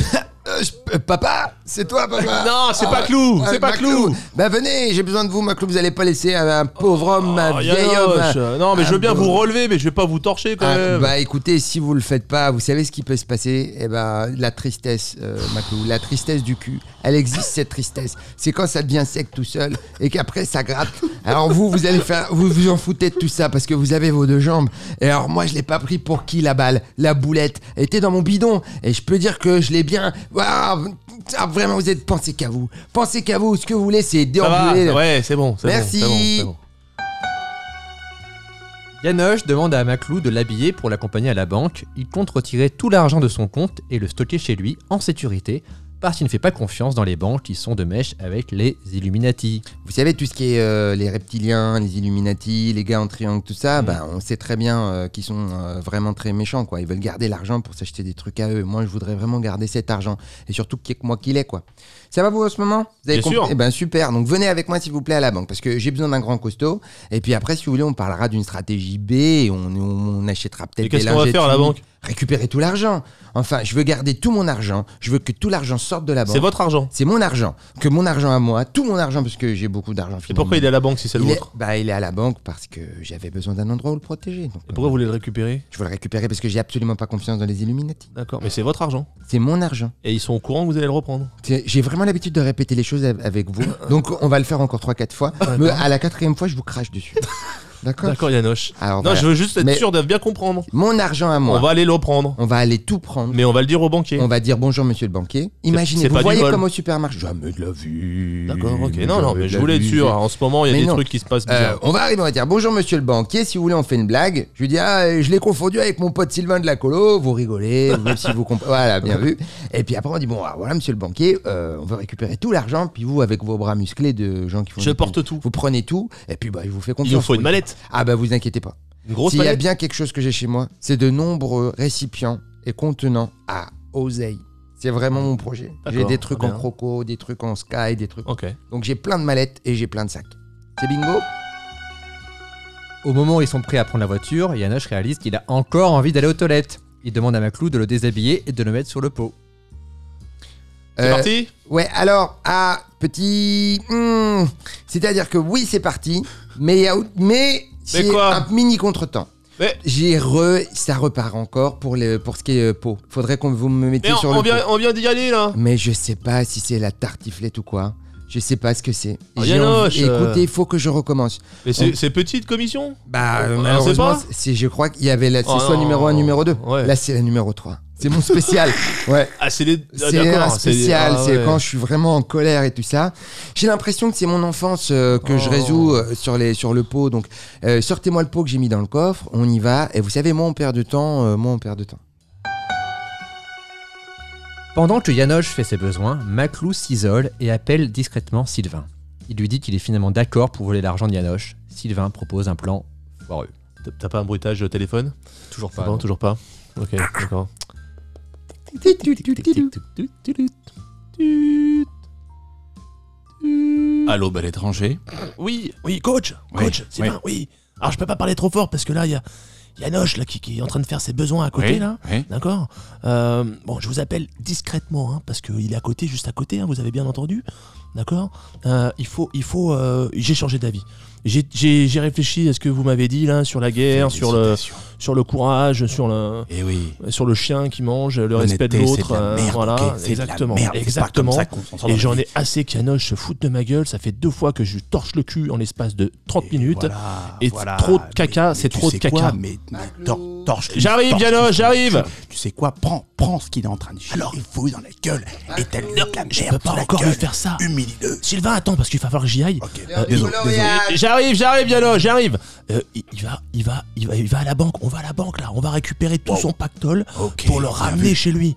Euh, je- euh, papa C'est toi, (laughs) papa Non, c'est Ah, pas Clou, euh, c'est pas Maclou. Clou. Bah, venez, j'ai besoin de vous, Maclou. Vous allez pas laisser un, un pauvre homme, un Oh, vieil homme. Yanoche, euh, Non, mais je veux bien beau- vous relever, mais je vais pas vous torcher quand Ah, même. bah écoutez, si vous le faites pas, vous savez ce qui peut se passer Eh ben, la tristesse, euh, Maclou, la tristesse du cul. Elle existe cette tristesse. C'est quand ça devient sec tout seul et qu'après ça gratte. Alors vous, vous allez faire, vous vous en foutez de tout ça parce que vous avez vos deux jambes. Et alors moi, je l'ai pas pris pour qui la balle, la boulette était dans mon bidon. Et je peux dire que je l'ai bien. Waouh, ah, vraiment, vous êtes pensez qu'à vous, pensez qu'à vous. Ce que vous voulez, c'est Ça va, déambuler. ouais, c'est bon, c'est bon, Merci. c'est bon, c'est bon. Yanoche demande à Maclou de l'habiller pour l'accompagner à la banque. Il compte retirer tout l'argent de son compte et le stocker chez lui en sécurité parce qu'il ne fait pas confiance dans les banques qui sont de mèche avec les Illuminati. Vous savez, tout ce qui est euh, les reptiliens, les Illuminati, les gars en triangle, tout ça, Mm. bah, on sait très bien euh, qu'ils sont euh, vraiment très méchants. quoi. Ils veulent garder l'argent pour s'acheter des trucs à eux. Moi, je voudrais vraiment garder cet argent. Et surtout, qui est que moi qu'il est. quoi. Ça va vous en ce moment Vous Bien compris sûr. Eh ben super. Donc venez avec moi, s'il vous plaît, à la banque. Parce que j'ai besoin d'un grand costaud. Et puis après, si vous voulez, on parlera d'une stratégie B. Et on, on- on achètera peut-être Et des qu'est-ce qu'on va lingettes faire à la unies. banque Récupérer tout l'argent. Enfin, je veux garder tout mon argent. Je veux que tout l'argent sorte de la banque. C'est votre argent. C'est mon argent, que mon argent à moi, tout mon argent, parce que j'ai beaucoup d'argent. Et pourquoi il est à la banque si c'est le il est, vôtre bah, il est à la banque parce que j'avais besoin d'un endroit où le protéger. Donc, Et pourquoi vous voulez le récupérer Je veux le récupérer parce que j'ai absolument pas confiance dans les Illuminati. D'accord, mais c'est votre argent. C'est mon argent. Et ils sont au courant que vous allez le reprendre. C'est- J'ai vraiment l'habitude de répéter les choses av- avec (coughs) vous. Donc on va le faire encore 3-4 fois. Mais à la quatrième fois, je vous (laughs) crache dessus. D'accord Ah, D'accord, Yanoche. Alors Non, voilà. je veux juste être Mais- sûr de bien comprendre. Mon argent à moi. On va aller le reprendre. aller tout prendre. Mais on va le dire au banquier. On va dire bonjour monsieur le banquier. Imaginez, c'est vous pas du voyez vol. comme au supermarché. Jamais de la vue. D'accord, ok. Non, non, mais je voulais être sûr. En ce moment, il y a Mais des non. trucs qui se passent Euh, bizarres. on va arriver, on va dire bonjour monsieur le banquier, si vous voulez on fait une blague. Je lui dis ah euh, je l'ai confondu avec mon pote Sylvain de la colo, (laughs) vous rigolez, même si vous comprenez. Voilà, bien vu. Et puis après on dit bon ah, voilà monsieur le banquier, euh, on veut récupérer tout l'argent, puis vous avec vos bras musclés de gens qui font... je des- porte tout. Vous prenez tout, et puis bah, je vous fais confiance. Il nous faut une oui. mallette. Ah bah vous inquiétez pas. Une grosse S'il y a mallette. bien quelque chose que j'ai chez moi, c'est de nombreux récipients et contenants à oseille. C'est vraiment mon projet. J'ai D'accord, des trucs bien. en croco, des trucs en sky, des trucs... Ok. Donc j'ai plein de mallettes et j'ai plein de sacs. C'est bingo Au moment où ils sont prêts à prendre la voiture, Yanoche réalise qu'il a encore envie d'aller aux toilettes. Il demande à Maclou de le déshabiller et de le mettre sur le pot. C'est Euh, parti Ouais, alors, ah, petit. hmm, C'est-à-dire que oui, c'est parti, mais il y a, mais c'est quoi un mini contretemps. Mais- J'ai re. Ça repart encore pour, le, pour ce qui est euh, pot. Faudrait qu'on vous me mettiez Mais on, sur on le vient, pot. on vient d'y aller là. Mais je sais pas si c'est la tartiflette ou quoi. Je sais pas ce que c'est. Oh, J'ai envie- Yanoche, euh. Écoutez, il faut que je recommence. Mais c'est c'est petite commission Bah, On- on sait malheureusement, pas si je crois qu'il y avait la, c'est Oh soit non. numéro 1, numéro 2. Ouais. Là, c'est la numéro 3. C'est mon (laughs) spécial. ouais. Ah, c'est les. ah, C'est un d'accord, spécial, ah, c'est ouais. quand je suis vraiment en colère et tout ça. J'ai l'impression que c'est mon enfance euh, que je Oh. résous euh, sur, les, sur le pot. Donc, euh, sortez-moi le pot que j'ai mis dans le coffre, on y va. Et vous savez, moi, on perd de temps. euh, moi, on perd de temps. Pendant que Yanoche fait ses besoins, Maclou s'isole et appelle discrètement Sylvain. Il lui dit qu'il est finalement d'accord pour voler l'argent de Yanoche. Sylvain propose un plan foireux. T'as- T'as pas un bruitage de téléphone Toujours pas. Pas, toujours pas. Ok, d'accord. Allô, bel étranger Oui, oui, coach, Oui, coach, c'est oui. bien, oui. Alors je peux pas parler trop fort parce que là, il y a Yanoche là, qui, qui est en train de faire ses besoins à côté, Oui, là. oui. D'accord Euh, Bon, je vous appelle discrètement, hein, parce qu'il est à côté, juste à côté, hein, vous avez bien entendu. D'accord Euh, Il faut. Il faut euh, J'ai changé d'avis. J'ai- J'ai j'ai réfléchi à ce que vous m'avez dit, là, sur la guerre, sur le, sur le courage, sur le. Eh oui. Sur le chien qui mange, le respect de L'honnêteté, l'autre, c'est de la euh, merde, voilà, ok C'est de la exactement, merde, c'est pas exactement. comme ça qu'on s'en sort dans Et la j'en vie. ai assez qu'Yanoche se foute de ma gueule. Ça fait deux fois que je lui torche le cul en l'espace de 30 minutes. Voilà, Et voilà. trop de caca, Mais- c'est mais tu trop de sais caca. quoi, mais mais tor- torche-lui, J'arrive, torche-lui, Yanoche, torche-lui. j'arrive. Tu sais quoi Prends, prends ce qu'il est en train de chier. Alors, il faut dans la gueule. Et t'as lui de la merde. Je peux Bah, pas dans la encore lui gueule. faire ça. Humilie-le. Sylvain, attends, parce qu'il va falloir que j'y aille. Ok. Euh, désolé, désolé. J'arrive, j'arrive, Yano, j'arrive. Euh, il, il va, il va, il va, il va à la banque. On va à la banque là. On va récupérer tout son pactole Ok, pour le bien ramener vu. Ah, chez lui.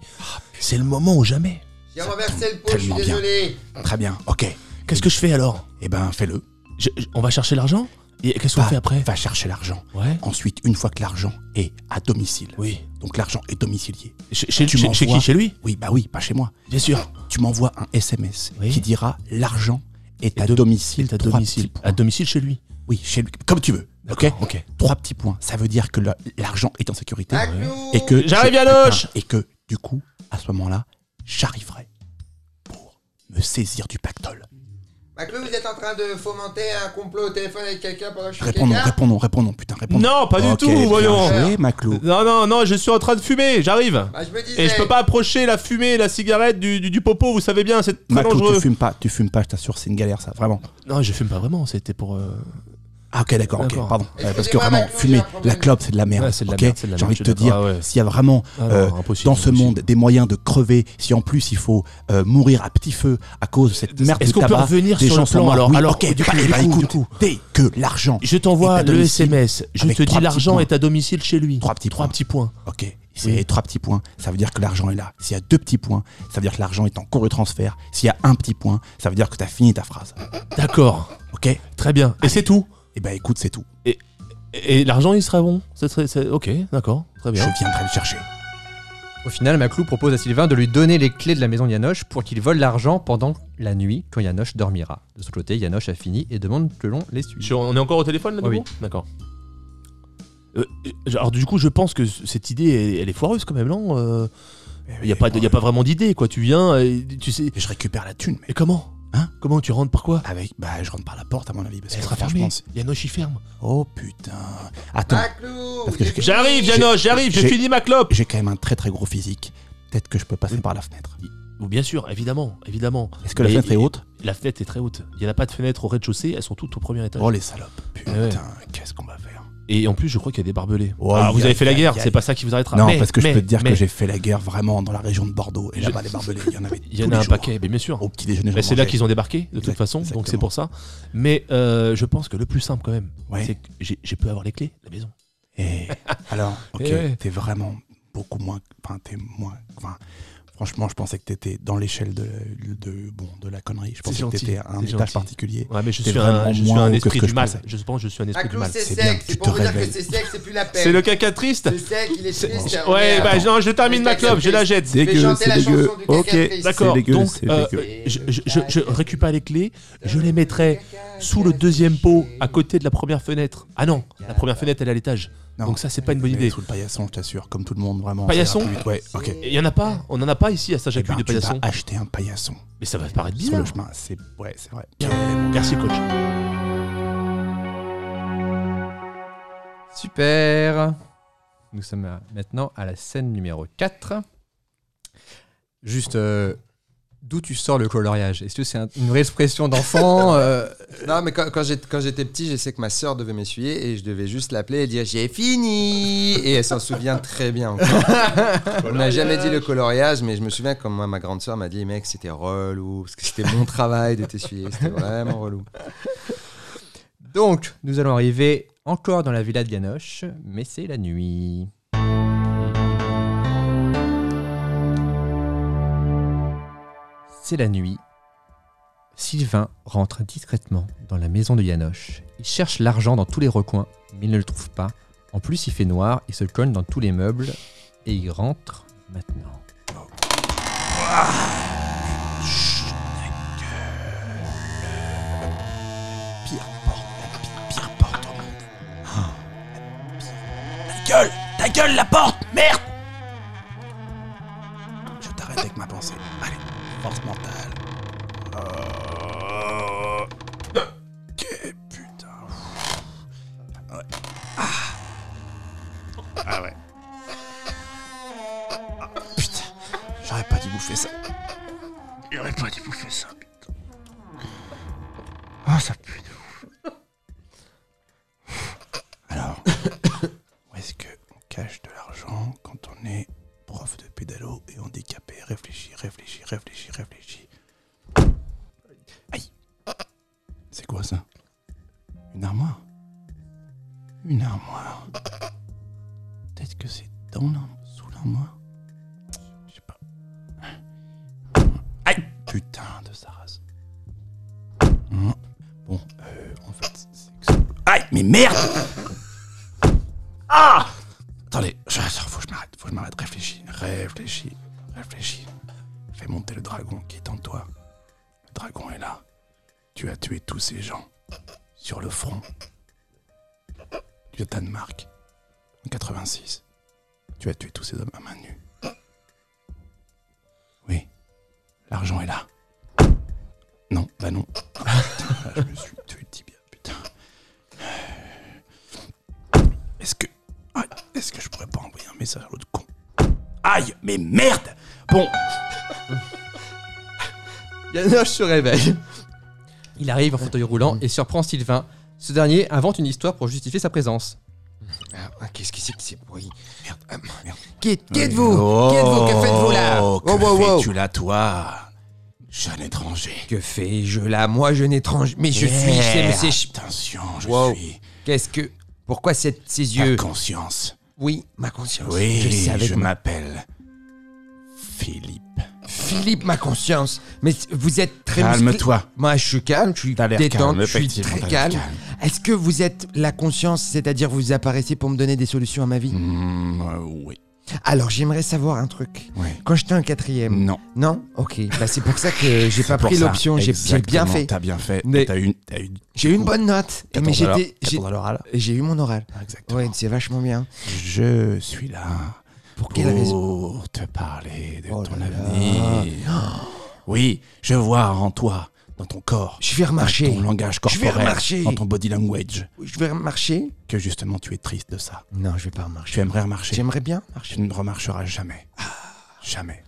C'est le moment ou jamais. J'ai renversé le pot, je suis tellement bien. désolé. Très bien. Ok. Qu'est-ce que je fais alors Eh ben, fais-le. Je- je- On va chercher l'argent Et qu'est-ce qu'on Va- fait après Va chercher l'argent. Ouais. Ensuite, une fois que l'argent est à domicile. Oui. Donc l'argent est domicilié. Chez, chez- Tu chez- chez m'envoies- qui Chez lui Oui, bah oui, pas chez moi. Bien sûr. Tu m'envoies un SMS Oui. qui dira l'argent est Et à de- domicile. à Trois domicile. petits points. À domicile chez lui. Oui, chez lui, comme tu veux. Ok. D'accord, ok. Trois petits points. Ça veut dire que le- l'argent est en sécurité Maclou et que J'arrive, je- Yanoche Putain, Et que du coup, à ce moment-là, j'arriverai pour me saisir du pactole. Maclou, vous êtes en train de fomenter un complot au téléphone avec quelqu'un pendant que je Répondons, répondons, répondons, putain, répondons. Non, pas du Ok, tout, bien voyons. joué, Maclou. Non, non, non, je suis en train de fumer. J'arrive. Bah, je me Et je peux pas approcher la fumée, la cigarette du, du, du popo, vous savez bien, c'est très Maclou, tu dangereux. fumes pas, tu fumes pas, je t'assure, c'est une galère ça, vraiment. Non, je fume pas vraiment, c'était pour. euh, Ah ok d'accord ok D'accord. pardon Excusez-moi, Euh, parce que vraiment Maclou, j'ai fumer un problème. la clope c'est de la merde Ouais, c'est de la ok merde, c'est de la j'ai envie merde, de te je suis dire d'accord. Ah ouais. s'il y a vraiment Ah non, euh, impossible, dans ce impossible. monde des moyens de crever si en plus il faut euh, mourir à petit feu à cause de cette merde Est-ce de qu'on peut tabac, revenir des sur le gens sont plan, morts. alors Oui, Alors, ok du bah, coup, eh du ben, coup, écoute, du coup. dès que l'argent Je est t'envoie à le domicile, SMS. Je avec te trois dis petits l'argent points. est à domicile chez lui. Trois petits Trois points. petits points. ok S'il y a trois petits points, ça veut dire que l'argent est là. S'il y a deux petits points, ça veut dire que l'argent est en cours de transfert. S'il y a un petit point, ça veut dire que t'as fini ta phrase. D'accord, Ok Eh très bien. Et c'est tout. ben écoute, c'est tout. Et, et l'argent, il sera bon. Ça serait- c'est- Ok, d'accord, très Je bien. viendrai le chercher. Au final, Maclou propose à Sylvain de lui donner les clés de la maison de Yanoche pour qu'il vole l'argent pendant la nuit quand Yanoche dormira. De son côté, Yanoche a fini et demande que l'on les suive. Je- on est encore au téléphone là, du Oui. coup D'accord. Euh, euh, alors du coup, je pense que c- cette idée, elle, elle est foireuse quand même, non Euh, Il n'y a, pas de- il y a pas vraiment d'idée, quoi. Tu viens, et tu sais... Et Je récupère la thune, mais Et comment Hein Comment tu rentres Par quoi avec. Bah, je rentre par la porte à mon avis. Parce Elle que sera franchement, fermée. c'est- Yanoche, il ferme. Oh putain. Attends, Maclou Parce que j'ai- J'arrive, J'ai- Yanoche, j'arrive, j'ai j'ai- fini ma clope j'ai quand même un très très gros physique. Peut-être que je peux passer par la fenêtre. Ou Bien sûr, évidemment, évidemment. Est-ce que la Mais- fenêtre est haute La fenêtre est très haute. Il n'y en a pas de fenêtre au rez-de-chaussée, elles sont toutes au premier étage. Oh les salopes. Eh Ouais. Putain, qu'est-ce qu'on va faire Et en plus, je crois qu'il y a des barbelés. Oh, ah, vous aïe, avez fait la aïe, guerre, aïe, c'est aïe. pas ça qui vous arrêtera. Non, Mais- parce que mais- je peux te dire mais que j'ai fait la guerre vraiment dans la région de Bordeaux. Et Je- là-bas, les barbelés, il y en avait. (laughs) Il y en tous a les un jours. paquet, mais bien sûr. Au petit déjeuner. Bah, c'est là qu'ils ont débarqué, de toute Exact- façon, donc c'est exactement. pour ça. Mais euh, je pense que le plus simple quand même, Ouais. c'est que j'ai, j'ai pu avoir les clés de la maison. (laughs) Et alors, ok, Eh ouais. t'es vraiment beaucoup moins. Enfin, t'es moins. Enfin, franchement, je pensais que t'étais dans l'échelle de, de, bon, de la connerie. Je pensais gentil, que t'étais à un c'est étage gentil. particulier. Ouais, mais je T'es suis un, vraiment je suis moins un haut que ce esprit que du je mal. pensais. Je pense que je suis un esprit du Maclou, mal. c'est C'est bien sec, que tu c'est te pour vous dire que réveilles. c'est sec, c'est plus la peine. C'est le caca triste C'est sec, il est C'est- triste. oh, Ouais, merde. bah non, je termine C'est ma clope, caca je la jette. Mais dégueu, chanter c'est la chanson dégueu. du caca Ok, triste. D'accord, C'est dégueu, donc c'est euh, dégueu. euh, je, je- je- je récupère les clés, je les mettrai sous le deuxième pot, à côté de la première fenêtre. Ah non, la première fenêtre, elle est à l'étage. Non. Donc ça, c'est pas une bonne Mais idée. Sous le paillasson, je t'assure, comme tout le monde, vraiment. Paillasson ça va plus vite. Ouais, ok. Et Il y en a pas, on en a pas ici à Eh Saint-Jacques ben, de tu vas paillasson. acheter un paillasson Mais ça va paraître sur bizarre. le chemin. C'est ouais, c'est vrai. Merci, coach. Super Nous sommes à- maintenant à la scène numéro 4. Juste, euh, d'où tu sors le coloriage Est-ce que c'est un- une vraie expression d'enfant euh, Non, mais quand, quand j'étais quand j'étais petit, je sais que ma sœur devait m'essuyer et je devais juste l'appeler et dire j'ai fini Et elle s'en souvient très bien. (laughs) encore. On n'a jamais dit le coloriage, mais je me souviens quand moi, ma grande sœur m'a dit mec, c'était relou, parce que c'était mon travail de t'essuyer, c'était vraiment relou. Donc, nous allons arriver encore dans la villa de Ganoche, mais c'est la nuit. C'est la nuit. Sylvain rentre discrètement dans la maison de Yanoche. Il cherche l'argent dans tous les recoins, mais il ne le trouve pas. En plus, il fait noir, il se cogne dans tous les meubles, et il rentre maintenant. Pire porte, la pire, pire porte au monde. Ah. Ta gueule, ta gueule, la porte, merde. Je t'arrête avec ma pensée. Allez, force mentale. Euh, Ok, putain. Ouais. Ah. Ah ouais. Ah, putain, j'aurais pas dû bouffer ça. J'aurais pas dû bouffer ça. putain. Ah, ça pue. Alors, où est-ce qu'on cache de l'argent quand on est prof de pédalo et handicapé Réfléchis, réfléchis, réfléchis, réfléchis. Aïe C'est quoi ça Une armoire Une armoire Peut-être que c'est dans l'armoire, sous l'armoire Je sais pas. Aïe Putain de sa race. Hum. Bon, euh, en fait, c'est que... Aïe, mais merde Attendez, je- je- faut que je m'arrête, faut que je m'arrête, réfléchis, réfléchis, réfléchis. Fais monter le dragon qui est en toi. Le dragon est là. Tu as tué tous ces gens. Sur le front. Du Danemark. En 86. Tu as tué tous ces hommes à main nue. Oui. L'argent est là. Non, bah non. Putain, je me suis tué le tibia, putain. Est-ce que... Ah, Est-ce que je pourrais pas envoyer un message à l'autre con Aïe, mais merde Bon, Yanoche se réveille. Il arrive en fauteuil roulant et surprend Sylvain. Ce dernier invente une histoire pour justifier sa présence. Ah, ah, Qu'est-ce que c'est que c'est pourri Merde, ah, merde. Qui, qui êtes-vous Qui êtes-vous Que faites-vous là Oh, Que Wow, wow, wow. fais-tu là, toi Jeune étranger. Que fais-je là Moi, je n'étrange. Mais je suis chez Merde. Monsieur. Ch- Attention, je Wow. suis Qu'est-ce que. Pourquoi cette- ces ta yeux conscience. Oui, ma conscience. Oui, je savais je que ma- m'appelle Philippe. Philippe, ma conscience. Mais vous êtes très musclé- Calme-toi. Moi, je suis calme, je suis T'as l'air détente, calme, je suis effectivement, très t'as l'air calme. calme. Est-ce que vous êtes la conscience, c'est-à-dire vous apparaissez pour me donner des solutions à ma vie Mm, euh, oui. Alors, j'aimerais savoir un truc. oui. Quand j'étais en quatrième. Hmm, Non. Non Ok. Bah, Hmm. c'est pour ça que j'ai C'est pas pour pris ça. l'option, j'ai j'ai bien Exactement, fait. T'as bien fait. Mais- T'as eu, t'as eu. J'ai eu une bonne note. T'as Mais ton oral. j'étais. T'as j'ai- ton oral. J'ai eu mon oral. Exactement. Ouais, c'est vachement bien. Je suis là Pour pour quelle raison te parler de Oh ton là là. avenir. (gasps) Oui, je vois en toi, dans ton corps, Je vais dans remarcher. ton langage Je vais corporel, remarcher. dans ton body language, Je vais remarcher que justement tu es triste de ça. Non, je vais pas remarcher. Tu aimerais remarcher. J'aimerais bien marcher. Tu ne remarcheras jamais. Ah. Jamais.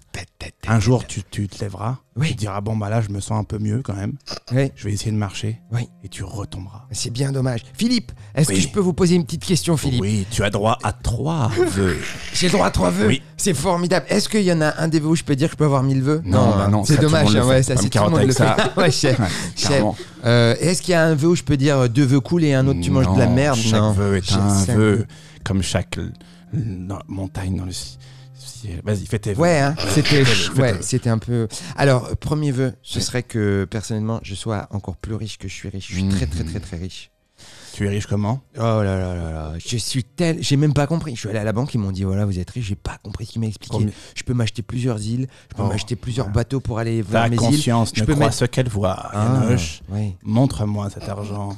Un jour, tu, tu te lèveras, Oui. tu te diras Bon, bah là, je me sens un peu mieux quand même. Oui. Je vais essayer de marcher. Oui. Et tu retomberas. C'est bien dommage. Philippe, est-ce Oui. que je peux vous poser une petite question, Philippe Oui, tu as droit (laughs) à trois vœux. J'ai le droit à trois vœux. Oui. C'est formidable. Est-ce qu'il y en a un des vœux où je peux dire que je peux avoir mille vœux Non, bah hein, non, C'est ça, tout le dommage. monde le hein, fait. ouais, ça, Pas c'est me tout le monde carotte le avec fait. (laughs) ouais, chef. Ouais, Chef. clairement. Euh, Est-ce qu'il y a un vœu où je peux dire euh, deux vœux cool et un autre tu manges de la Non, merde Chaque Non. vœu est Chaque- un cinq vœu, comme chaque l- l- dans- montagne dans le ci- ciel. Vas-y, fais tes vœux. Ouais, hein, (laughs) c'était fais-le, ouais, fais-le. c'était un peu. Alors, euh, premier vœu, ce serait que personnellement, je sois encore plus riche que je suis riche. Je suis très Mmh. très très très riche. Tu es riche comment Oh là là là là, je suis tel, j'ai même pas compris. Je suis allé à la banque, ils m'ont dit voilà, vous êtes riche, j'ai pas compris ce qu'ils m'ont expliqué. Combien Je peux m'acheter plusieurs îles, je peux Oh, m'acheter plusieurs voilà. bateaux pour aller vers Ta mes îles. conscience je ne peux croit mettre- ce qu'elle voit, Ah, Yanoche. oui. Montre-moi cet argent.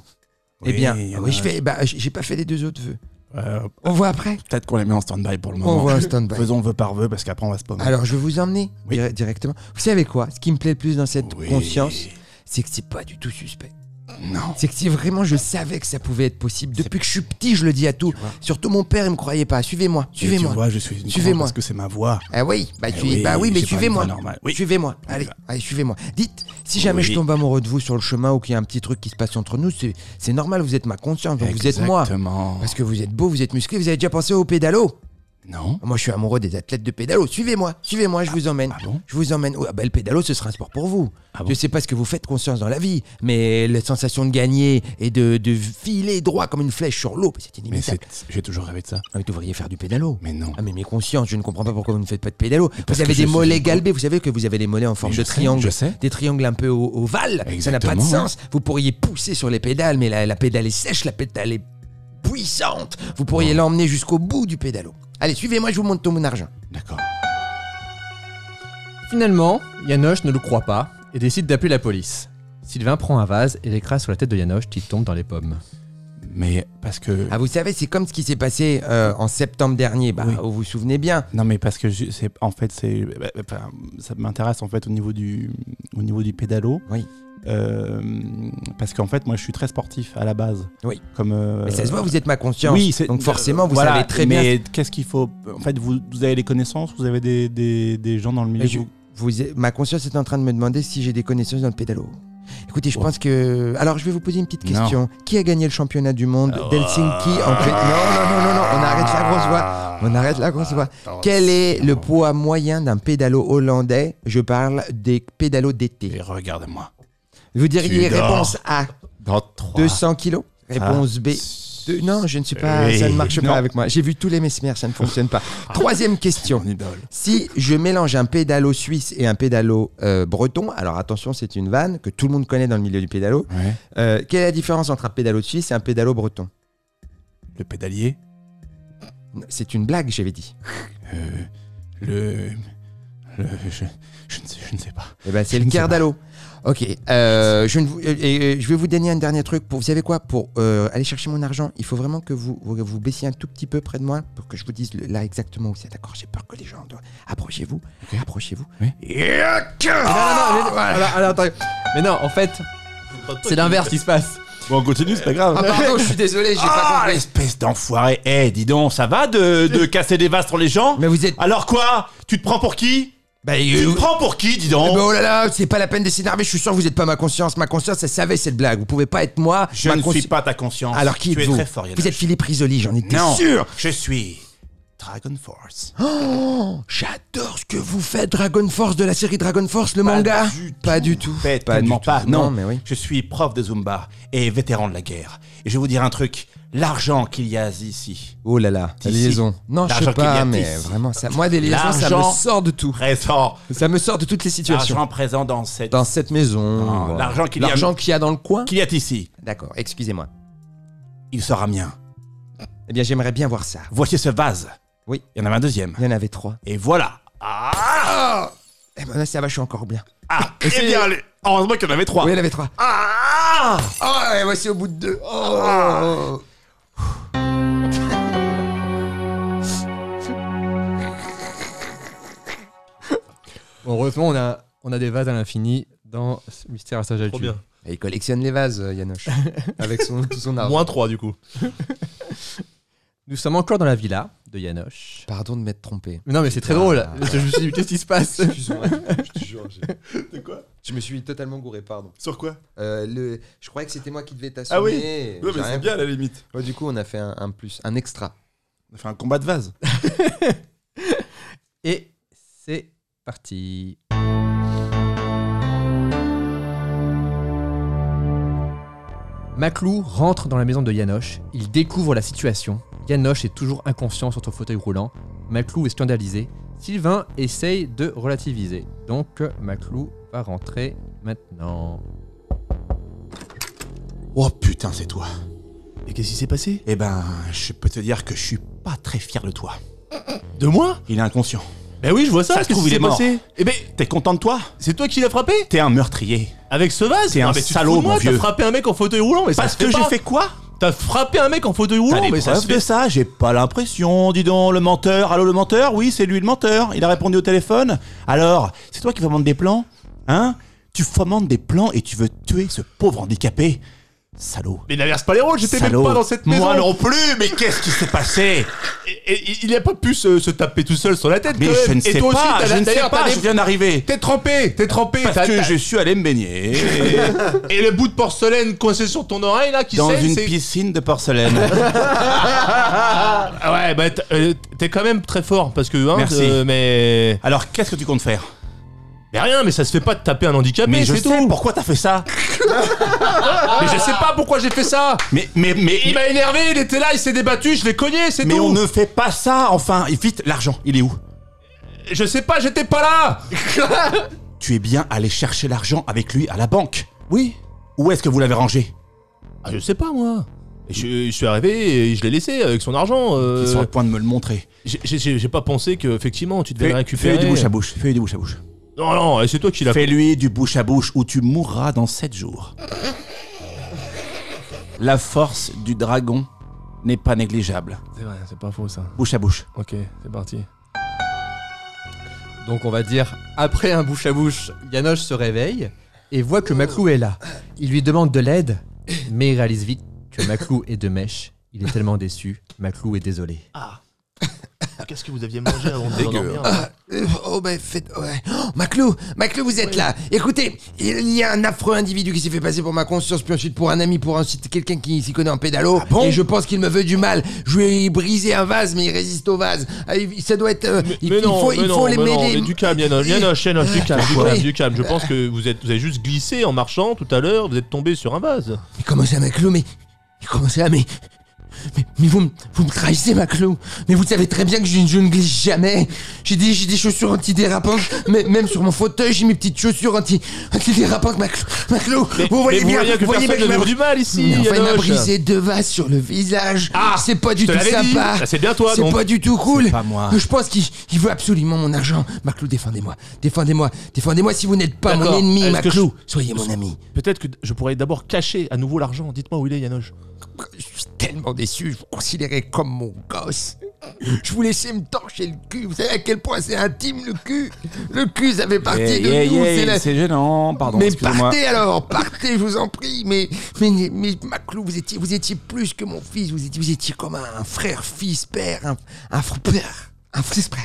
eh bien, Yanoche. oui, je fais. Bah, j- j'ai pas fait les deux autres vœux. Euh, On voit après. Peut-être qu'on les met en stand-by pour le On moment. voit un stand-by. Faisons vœu par vœu parce qu'après on va se paumer. Alors, je vais vous emmener Oui. dire- directement. Vous savez quoi Ce qui me plaît le plus dans cette Oui. conscience, c'est que c'est pas du tout suspect. Non. C'est que si vraiment je savais que ça pouvait être possible, depuis que je suis petit, je le dis à tout. Tu vois. Surtout mon père, il me croyait pas. Suivez-moi, Et Tu suivez-moi. vois, je suis une Suivez-moi. grande parce que c'est ma voix. Ah oui, bah, Eh tu- bah oui, mais c'est pas une voix suivez-moi. normale. Oui. Suivez-moi, On y allez, va. allez, suivez-moi. Dites, si jamais Oui. je tombe amoureux de vous sur le chemin ou qu'il y a un petit truc qui se passe entre nous, c'est c'est normal, vous êtes ma conscience, donc vous êtes moi. Exactement. Parce que vous êtes beau, vous êtes musclé, vous avez déjà pensé au pédalo Non. Moi, je suis amoureux des athlètes de pédalo. Suivez-moi, suivez-moi, je vous emmène. ah bon je vous emmène. Oh, ah bah, le pédalo, ce sera un sport pour vous. Ah bon je sais pas ce que vous faites conscience dans la vie, mais la sensation de gagner et de, de filer droit comme une flèche sur l'eau, c'est Mais inimitable. c'est- j'ai toujours rêvé de ça. Ah, Mais vous devriez faire du pédalo. Mais non. Ah mais mes consciences, je ne comprends pas pourquoi vous ne faites pas de pédalo. parce Vous avez que je des suis mollets une- galbés, vous savez que vous avez les mollets en forme je de sais, triangle. je sais. Des triangles un peu au- ovales. Ça n'a pas de Exactement. sens. Vous pourriez pousser sur les pédales, mais la, la pédale est sèche, la pédale est puissante. Vous pourriez l'emmener jusqu'au bout du pédalo. Allez, suivez-moi, je vous montre tout mon argent. D'accord. Finalement, Yanoche ne le croit pas et décide d'appeler la police. Sylvain prend un vase et l'écrase sur la tête de Yanoche qui tombe dans les pommes. Mais parce que. Ah, vous savez, c'est comme ce qui s'est passé euh, en septembre dernier. Bah, Oui. vous vous souvenez bien. Non, mais parce que je- c'est en fait c'est bah, bah, enfin, ça m'intéresse en fait au niveau du au niveau du pédalo. Oui. Euh, parce qu'en fait moi je suis très sportif à la base. Oui. Comme. euh, Mais ça se voit, vous êtes ma conscience. Oui, c'est- Donc forcément, vous voilà, savez très bien. Mais qu'est-ce qu'il faut En fait, vous, vous avez des connaissances, vous avez des, des, des gens dans le milieu. Et je- vous- vous êtes- ma conscience est en train de me demander si j'ai des connaissances dans le pédalo. Écoutez, je Oh. pense que. Alors, je vais vous poser une petite Non. Oh. question. Qui a gagné le championnat du monde d'Helsinki en Cro- Non, non, non, non, non, on arrête la grosse Ah, voix. On arrête la grosse voix. Quel est le poids moyen d'un pédalo hollandais Je parle des pédalos Et d'été. regarde-moi. Vous diriez dors. réponse A, Dans 3. 200 kilos Réponse B. deux- Non, je ne sais pas, ça ne marche pas avec moi. J'ai vu tous les mesmères, ça ne fonctionne (laughs) pas. Troisième question. Ah. Mon idole. Si je mélange un pédalo suisse et un pédalo euh, breton, alors attention, c'est une vanne que tout le monde connaît dans le milieu du pédalo. Ouais. Euh, quelle est la différence entre un pédalo suisse et un pédalo breton Le pédalier. C'est une blague, j'avais dit. Euh, le. le je, je ne sais, je ne sais pas. Eh ben, c'est Je le ne sais pas. kerdalo. Ok, euh, je, ne vous- euh, et, euh, je vais vous donner un dernier truc. Pour, vous savez quoi Pour euh, aller chercher mon argent, il faut vraiment que vous, vous vous baissiez un tout petit peu près de moi pour que je vous dise le- là exactement où c'est. D'accord, j'ai peur que les gens. doivent- Approchez-vous, approchez-vous. Ah Alors, alors, attendez. Mais non, en fait, c'est l'inverse qui se passe. Bon, on continue, c'est pas grave. Ah, pardon, je suis désolé, j'ai pas Ah, compris. l'espèce d'enfoiré Eh, dis donc, ça va de, (laughs) de casser des vases sur les gens Mais vous êtes. Alors quoi Tu te prends pour qui Bah, Tu euh, te prends pour qui, dis Eh ben, donc oh là là, c'est pas la peine de s'énerver, je suis sûr que vous n'êtes pas ma conscience. Ma conscience, elle savait cette blague. Vous pouvez pas être moi. Je ma ne consci- suis pas ta conscience. Alors qui Tu es êtes-vous très fort, Yann. Vous êtes Philippe Risoli, j'en étais Non, sûr. je suis Dragon Force. Oh, J'adore ce que vous faites, Dragon Force, de la série Dragon Force, le manga Pas du tout. Pas, Pas du tellement tout. pas. Non, Non, mais oui. Je suis prof de Zumba et vétéran de la guerre. Et je vais vous dire un truc. L'argent qu'il y a ici Oh là là, la Ici. liaison. Non, je sais L'argent qu'il y pas, a mais ici. vraiment, ça, moi, des liaisons, ça me L'argent. sort de tout. présent. Ça me sort de toutes les situations. L'argent présent dans cette. Dans cette maison. Non, voilà. l'argent qu'il y a- L'argent qu'il y a dans le coin. Qu'il y a ici D'accord, excusez-moi. Il sera mien. Eh bien, j'aimerais bien voir ça. Voici ce vase. Oui. Il y en avait un deuxième. Il y en avait trois. Et voilà. Ah Eh ben là, ça va, je suis encore bien. Ah Eh bien, allez. heureusement qu'il y en avait trois. Oui, il y en avait trois. Ah Oh, et voici au bout de deux. Oh. Bon, heureusement, on a, on a des vases à l'infini dans Mystère à Sagesse. Trop bien. Et il collectionne les vases, euh, (laughs) Yanoche. avec son, tout son argent. Moins 3 du coup. Nous sommes encore dans la villa de Yanoche. Pardon de m'être trompé. Non, mais c'est Ah. très drôle. Je me suis dit, qu'est-ce qui se passe Excuse-moi, je te jure. De quoi Je me suis totalement gouré, pardon. Sur quoi Euh, le... Je croyais que c'était moi qui devais t'assumer. Ah oui. J'ai Ouais, mais rien- c'est bien à la limite. Ouais, du coup, on a fait un, un plus, un extra. On a fait un combat de vase. Et c'est parti. Maclou rentre dans la maison de Yanoche. Il découvre la situation. Yanoche est toujours inconscient sur son fauteuil roulant. Maclou est scandalisé. Sylvain essaye de relativiser. Donc Maclou va rentrer maintenant. Oh putain, c'est toi. Et qu'est-ce qui s'est passé Eh ben, je peux te dire que je suis pas très fier de toi. De moi Il est inconscient. Ben oui, je vois ça. Ça se qu'est-ce trouve, qui il s'est est mort. passé Eh ben, T'es content de toi c'est toi qui l'as frappé T'es un meurtrier. Avec ce vase T'es Non, un mais tu te salaud, fous de moi, mon T'as vieux. frappé un mec en fauteuil roulant, mais ça Parce se fait que j'ai pas. fait quoi T'as frappé un mec en fauteuil T'as roulant, des mais ça se preuves fait de ça J'ai pas l'impression. Dis donc, le menteur. Allô, le menteur Oui, c'est lui le menteur. Il a répondu au téléphone. Alors, c'est toi qui fomentes des plans Hein Tu fomentes des plans et tu veux tuer ce pauvre handicapé Salaud. Mais n'inverse pas les rôles, j'étais même Salaud. pas dans cette maison. Moi non plus, mais qu'est-ce qui s'est passé Et, et- il a pas pu se, se taper tout seul sur la tête. Mais quand je même. ne Et sais toi aussi, pas, t'as je la- ne sais d'ailleurs, t'as pas, des- je viens d'arriver. T'es trempé, t'es trempé. t'as- Parce que t'as- je suis allé (laughs) me baigner Et le bout de porcelaine coincé sur ton oreille là qui dans saigne, une c'est- piscine (laughs) de porcelaine. Ah ouais, bah t'es euh, t'es quand même très fort parce que. Hein, Merci. euh, mais. Alors, qu'est-ce que tu comptes faire Mais rien, mais ça se fait pas de taper un handicapé, Mais je c'est sais tout. pourquoi t'as fait ça. Mais je sais pas pourquoi j'ai fait ça. Mais mais mais Il m'a énervé, il était là, il s'est débattu, je l'ai cogné, c'est mais tout. on ne fait pas ça. Enfin, Et vite, l'argent, il est où Je sais pas, j'étais pas là. Tu es bien allé chercher l'argent avec lui à la banque. Oui. Où est-ce que vous l'avez rangé Ah, je sais pas moi. Je, je suis arrivé et je l'ai laissé avec son argent. euh, Ils sont sur le point de me le montrer. j'ai- J'ai j'ai pas pensé que effectivement tu devais le récupérer. fais-lui du bouche à bouche. Fais-lui du bouche à bouche. Non non, et c'est toi qui l'as. Fais-lui du bouche à bouche ou tu mourras dans 7 jours. La force du dragon n'est pas négligeable. C'est vrai, c'est pas faux ça. Bouche à bouche. Ok, c'est parti. Donc on va dire, après un bouche à bouche, Yanoche se réveille et voit que Maclou est là. Il lui demande de l'aide, mais il réalise vite que Maclou est de mèche. Il est tellement déçu, Maclou est désolé. Qu'est-ce que vous aviez mangé avant de Dégueu. dormir Euh, Oh, ben faites. Ouais. Oh, Maclou, Maclou, vous êtes là. Écoutez, il y a un affreux individu qui s'est fait passer pour ma conscience, puis ensuite pour un ami, pour ensuite quelqu'un qui s'y connaît en pédalo. Ah et je pense qu'il me veut du mal. Je lui ai brisé un vase, mais il résiste au vase. Ah, il- Ça doit être. euh, il, il faut, il faut les mais non, mêler. mais du calme, Yanoche, Yanoche, Yanoche, du calme, du Oui. calme, du calme. Je pense que vous, êtes, vous avez juste glissé en marchant tout à l'heure, vous êtes tombé sur un vase. Mais comment ça, Maclou Mais mais comment ça, mais mais, mais vous, me- vous me trahissez, Maclou. Mais vous savez très bien que je, je ne glisse jamais. J'ai des, j'ai des chaussures antidérapantes. mais- même sur mon fauteuil, j'ai mes petites chaussures anti, antidérapantes, Maclou. Maclou, vous mais voyez vous bien, voyez que vous voyez personne bien que ne je veut m'a- du mal ici, Mais enfin, il m'a Yanoche. brisé deux vases sur le visage. Ah, c'est pas du Je te tout l'avais dit. sympa. Ah, C'est bien toi, C'est donc. pas du tout cool. C'est pas moi. Je pense qu'il il veut absolument mon argent. Maclou, défendez-moi. Défendez-moi. Défendez-moi si vous n'êtes pas mon D'accord. ennemi, Est-ce que Maclou. je- Soyez mon ami. Peut-être que je pourrais d'abord cacher à nouveau l'argent. Dites-moi où il est, Yanoche. Je suis tellement déçu, je vous considérais comme mon gosse. Je vous laissais me torcher le cul. Vous savez à quel point c'est intime le cul Le cul, ça fait partie Yeah, de yeah, nous. yeah, c'est la- C'est gênant, pardon, mais excusez-moi. partez alors, partez, je vous en prie. Mais, mais, mais Maclou, vous étiez, vous étiez plus que mon fils. Vous étiez, vous étiez comme un frère, fils, père, un, un fr- père, un fils, frère.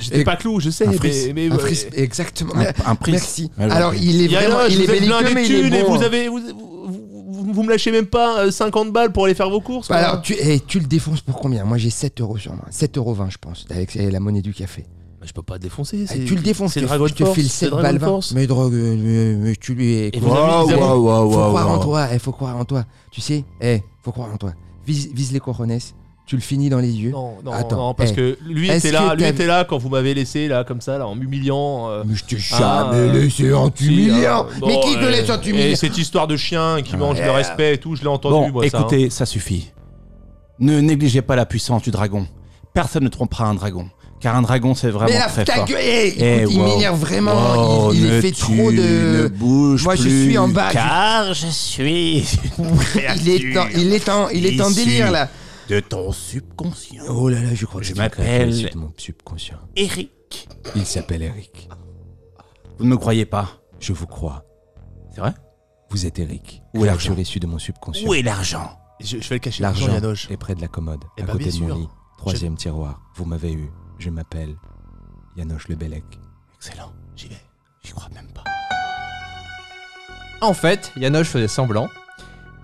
J'étais Et- pas clou, je sais, Un mais- fris, mais. un fris, exactement. un fris. Merci. Ouais, je vous en Alors, prie. il est Yanoche, vraiment, il est vous êtes belliqueux, blindé mais de il est thunes et bon. hein. vous avez. Vous, vous- vous- vous vous me lâchez même pas euh, 50 balles pour aller faire vos courses Bah quoi. alors, tu, eh, tu le défonces pour combien Moi, j'ai 7 euros sur moi. 7,20 euros, je pense, avec eh, la monnaie du café. Mais je peux pas défoncer. Eh, c'est- tu le défonces, c'est je te- Dragon je te Force, file c'est 7 Dragon balles 20. Force. Mais, drogue, euh, mais, mais tu lui es. Et vous avez- vous avez- Faut croire en toi, eh, faut croire en toi. Tu sais, eh, faut croire en toi. Vise, vise les coronets, tu le finis dans les yeux. Non, non, Attends, non, parce eh, que lui est-ce était là, que lui t'aimes- était là quand vous m'avez laissé là comme ça là en m'humiliant. euh, Mais je t'ai Ah, jamais euh, laissé en t'humiliant. si, euh, Mais bon, qui te euh, laisse en Et t'humiliant cette histoire de chien qui mange le respect et tout, je l'ai entendu Ah, Bon, moi ça. écoutez, ça, hein. suffit. Ne négligez pas la puissance du dragon. Personne ne trompera un dragon, car un dragon c'est vraiment Mais la très ta fort. gueule, eh, écoute, Eh, il wow. m'énerve vraiment. Wow, il il ne fait tue, trop ne de. bouge Moi, je plus, suis en bas. Car je suis Il est en, (laughs) il est en, il est en Issu. délire là. de ton subconscient. Oh là là, je crois que Je j'ai m'appelle- craqué sur mon subconscient. Eric. Il s'appelle Eric. Vous ne me croyez pas Je vous crois. C'est vrai Vous êtes Eric. Où est l'argent créature issue de mon subconscient. Où est l'argent hein. Je, je vais le cacher. L'argent Jean Yanoche. est près de la commode, Eh à bah, côté de bien mon sûr. lit. Troisième tiroir. Vous m'avez eu. Je m'appelle Yanoche Le Bellec. Excellent, j'y vais. J'y crois même pas. En fait, Yanoche faisait semblant.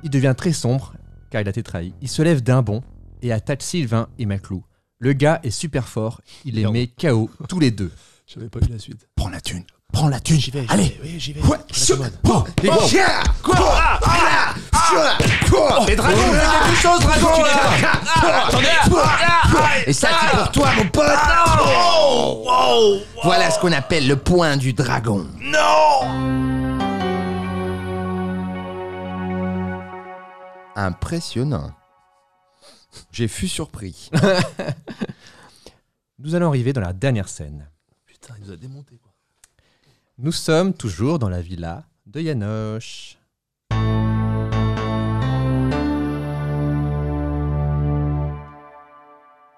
Il devient très sombre, car il a été trahi. Il se lève d'un bond et attaque Sylvain et Maclou. Le gars est super fort, il les Merde. met KO tous les deux. J'avais pas eu la suite. Prends la thune, prends la thune. J'y vais. j'y Allez. vais, oui, j'y vais. Quoi Je la commode. Prends. Les chiens Quoi Ah Ah Oh, Quoi Les dragons, ah, quelque chose, dragon Ah, ah, Et ça, c'est pour toi, mon pote Oh, Voilà ce qu'on appelle le point du dragon. Non Impressionnant. J'ai fus surpris. Nous allons arriver dans la dernière scène. (laughs) Putain, il nous a démonté quoi. Nous sommes toujours dans la villa de Yanoche.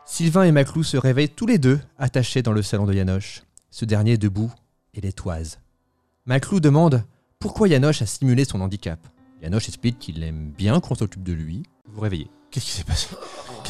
Sylvain et Maclou se réveillent tous les deux, attachés dans le salon de Yanoche. Ce dernier est debout et les toise. Maclou demande pourquoi Yanoche a simulé son handicap. Yanoche explique qu'il aime bien qu'on s'occupe de lui. Vous vous réveillez. Qu'est-ce qui s'est passé